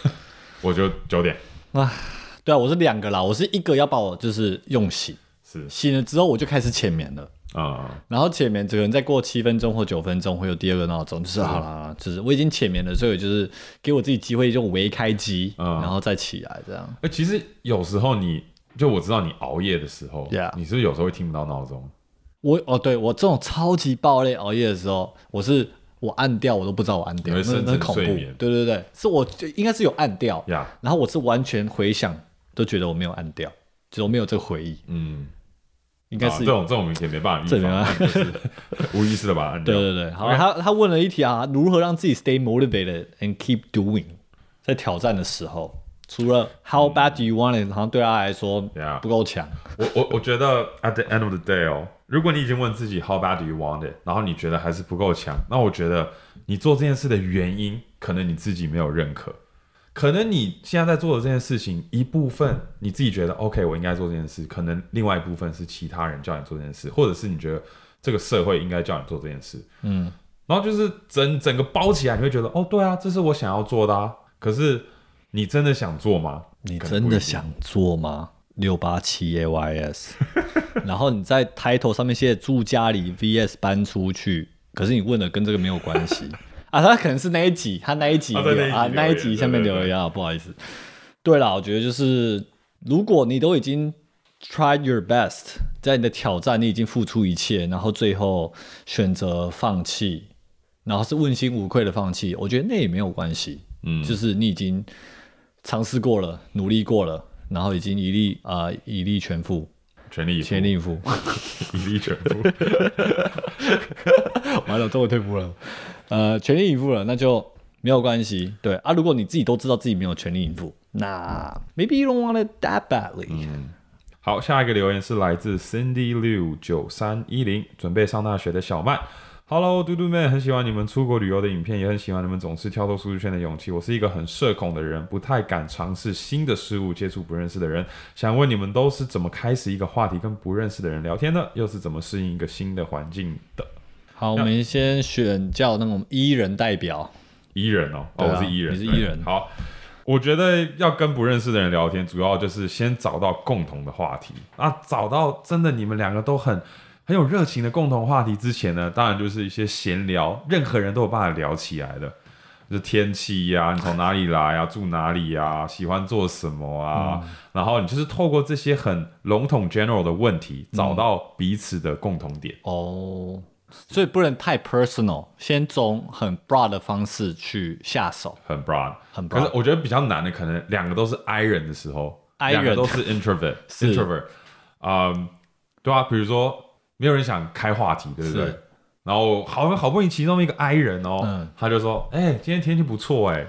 S5: 我就九点
S1: 对啊，我是两个啦，我是一个要把我就是用醒，
S5: 是
S1: 醒了之后我就开始浅眠了。
S5: 啊、
S1: 然后浅眠，整个人再过七分钟或九分钟会有第二个闹钟，就是
S5: 啊
S1: 好啦好啦，就是我已经浅眠了，所以我就是给我自己机会用微开机，
S5: 嗯
S1: 然后再起来这样。
S5: 哎、其实有时候你就我知道你熬夜的时候
S1: Yeah
S5: 你是不是有时候会听不到闹钟？
S1: 我哦，对我这种超级爆累熬夜的时候，我是我按掉我都不知道我按掉，
S5: 你
S1: 那
S5: 会深
S1: 那
S5: 层
S1: 很恐怖。
S5: 睡眠
S1: 对对对，是我就应该是有按掉
S5: 呀
S1: 然后我是完全回想都觉得我没有按掉，就是我没有这个回忆，
S5: 嗯，
S1: 应
S5: 应
S1: 该是、
S5: 啊这种这种明显没办法
S1: 这
S5: 预
S1: 没办
S5: 防，啊
S1: 法
S5: 就是无意识的把它按掉。
S1: 对对对，好啊
S5: OK
S1: 他他问了一题啊，如何让自己 stay motivated and keep doing？在挑战的时候，除了 how bad do you want it，好像对他来说
S5: Yeah
S1: 不够强。
S5: 我我我觉得 at the end of the day 哦，如果你已经问自己 how bad do you want it，然后你觉得还是不够强，那我觉得你做这件事的原因，可能你自己没有认可，可能你现在在做的这件事情一部分你自己觉得 OK，我应该做这件事，可能另外一部分是其他人叫你做这件事，或者是你觉得这个社会应该叫你做这件事，
S1: 嗯，
S5: 然后就是整整个包起来，你会觉得哦，对啊，这是我想要做的啊，可是你真的想做吗？
S1: 你
S5: 可能
S1: 真
S5: 不一
S1: 的
S5: 定
S1: 想做吗？六八七 AYS，然后你在 title 上面写住家里 VS 搬出去，可是你问的跟这个没有关 系啊，他可能是那一集，他那一集
S5: 啊对那一集
S1: 有啊
S5: 留言
S1: 那一集下面
S5: 对对
S1: 留言啊，不好意思。对啦，我觉得就是如果你都已经 try your best，在你的挑战你已经付出一切，然后最后选择放弃，然后是问心无愧的放弃，我觉得那也没有关系。
S5: 嗯
S1: 就是你已经尝试过了，努力过了，然后已经一力啊、呃一力全付，
S5: 全力以赴，
S1: 全力以赴。
S5: 以力全赴。
S1: 完了，终于退步了。呃，全力以赴了，那就没有关系。对啊，如果你自己都知道自己没有全力以赴，那 maybe you don't want it that badly、
S5: 好，下一个留言是来自 Cindy Liu 九三一零，准备上大学的小曼。Hello，嘟嘟妹，很喜欢你们出国旅游的影片，也很喜欢你们总是跳脱舒适圈的勇气。我是一个很社恐的人，不太敢尝试新的事物，接触不认识的人。想问你们都是怎么开始一个话题跟不认识的人聊天的？又是怎么适应一个新的环境的？
S1: 好，我们先选叫那种一人代表。
S5: 伊人哦，哦，
S1: 对啊
S5: 我是伊人，
S1: 你是
S5: 对
S1: 伊人
S5: 好，我觉得要跟不认识的人聊天，主要就是先找到共同的话题。那找到真的你们两个都很很有热情的共同话题之前呢，当然就是一些闲聊，任何人都有办法聊起来的。就是天气呀、你从哪里来呀、住哪里呀、喜欢做什么啊？
S1: 嗯
S5: 然后你就是透过
S1: 嗯
S5: 这些很笼统 general 的问题，找到彼此的共同点。
S1: 哦，所以不能太 personal，先从很 broad 的方式去下手。
S5: 很 broad，
S1: 很 broad
S5: 可是我觉得比较难的，可能两个都是 I 人的时候
S1: I
S5: 两个
S1: 人
S5: 都是 introvert
S1: 是
S5: introvert，嗯，对啊，比如说没有人想开话题，对不对
S1: 是？
S5: 然后好好不容易其中一个 I 人哦，
S1: 嗯
S5: 他就说：“哎、今天天气不错哎。”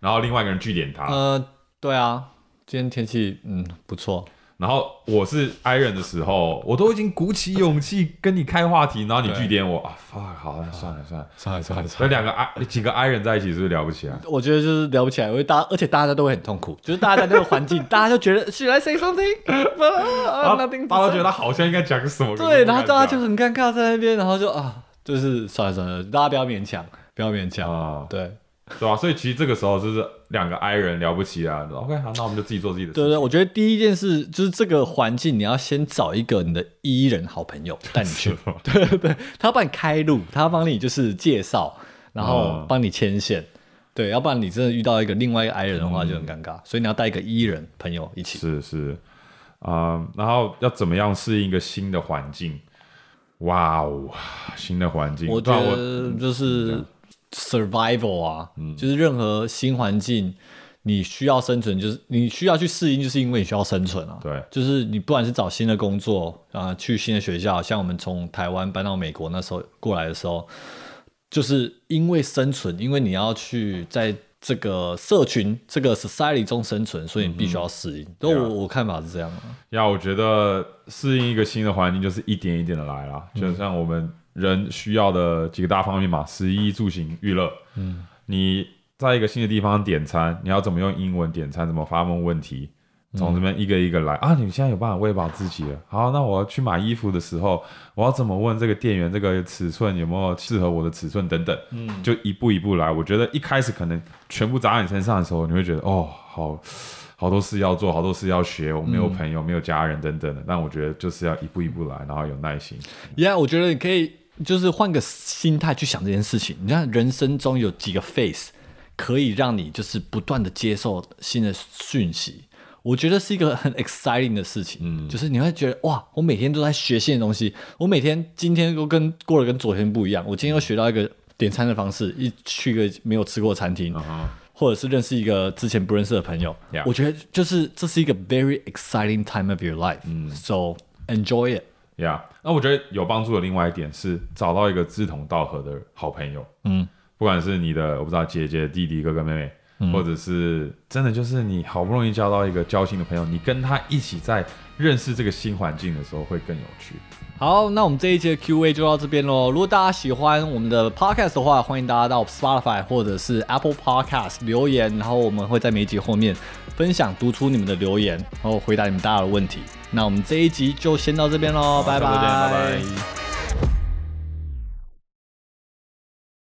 S5: 然后另外一个人据点他，
S1: 呃，对啊，今天天气嗯不错，
S5: 然后我是 I 人的时候，我都已经鼓起勇气跟你开话题，然后你据点我啊，fuck，好，那算了算了，
S6: 算了算了
S5: 所以两个 I 几个 I 人在一起是不是聊不起 啊来？
S1: 我觉得就是聊不起来，因为大而且大家都会很痛苦，就是大家在那个环 境，大家就觉得 should I say something？不
S5: 然
S1: 啊
S5: 后
S1: ，nothing。
S5: 大家都觉得他好像应该讲什么，可
S1: 对，
S5: 是不
S1: 然后
S5: 敢
S1: 大家就
S5: 讲
S1: 很尴尬在那边，然后就啊，就是算了算了，大家不要勉强，不要勉强。
S5: 啊，
S1: 对
S5: 对吧、所以其实这个时候就是两个 I 人聊不起啊。OK，好，那我们就自己做自己的事情。
S1: 对对，我觉得第一件事就是这个环境，你要先找一个你的伊人好朋 友带你去， 对对对，他帮你开路，他帮你就是介绍，然后
S5: 嗯
S1: 帮你牵线。对，要不然你真的遇到一个另外一个 I 人的话
S5: 嗯
S1: 就很尴尬，所以你要带一个 E 人朋友一起。
S5: 是是啊、然后要怎么样适应一个新的环境？哇哦，新的环境，
S1: 我
S5: 对
S1: 觉
S5: 啊
S1: 得就是 survival 啊，就是任何新环境，你需要生存，就是你需要去适应，就是因为你需要生存啊。
S5: 对
S1: 就是你不管是找新的工作啊、去新的学校，像我们从台湾搬到美国那时候过来的时候，就是因为生存，因为你要去在这个社群、这个 society 中生存，所以你必须要适应。那、我我看法是这样啊，
S5: 要我觉得适应一个新的环境就是一点一点的来啦，
S1: 嗯
S5: 就像我们人需要的几个大方面嘛，食衣住行娱乐。嗯，你在一个新的地方点餐，你要怎么用英文点餐，怎么发问问题，从这边一个一个来、啊。你现在有办法喂饱自己了。好，那我要去买衣服的时候，我要怎么问这个店员这个尺寸有没有适合我的尺寸等等。嗯，就一步一步来。我觉得一开始可能全部砸在你身上的时候，你会觉得哦，好。好多事要做，好多事要学，我没有朋友，没有家人等等的。但我觉得就是要一步一步来，然后有耐心。
S1: yeah,，我觉得你可以就是换个心态去想这件事情。你看人生中有几个 phase 可以让你就是不断的接受新的讯息，我觉得是一个很 exciting 的事情。嗯，就是你会觉得哇，我每天都在学新的东西，我每天今天都跟过得跟昨天不一样，我今天又学到一个点餐的方式，一去一个没有吃过的餐厅。或者是认识一个之前不认识的朋友
S5: Yeah
S1: 我觉得就是这是一个 very exciting time of your life，嗯，so enjoy it。
S5: Yeah，那我觉得有帮助的另外一点是找到一个志同道合的好朋友。嗯，不管是你的我不知道姐姐、弟弟、哥哥、妹妹，或者是真的就是你好不容易交到一个交心的朋友，你跟他一起在认识这个新环境的时候会更有趣。
S1: 好，那我们这一节 Q&A 就到这边喽。如果大家喜欢我们的 Podcast 的话，欢迎大家到 Spotify 或者是 Apple Podcast 留言，然后我们会在每一集后面分享读出你们的留言，然后回答你们大家的问题。那我们这一集就先到这边喽，拜
S5: 下次再见
S1: 拜
S5: 拜拜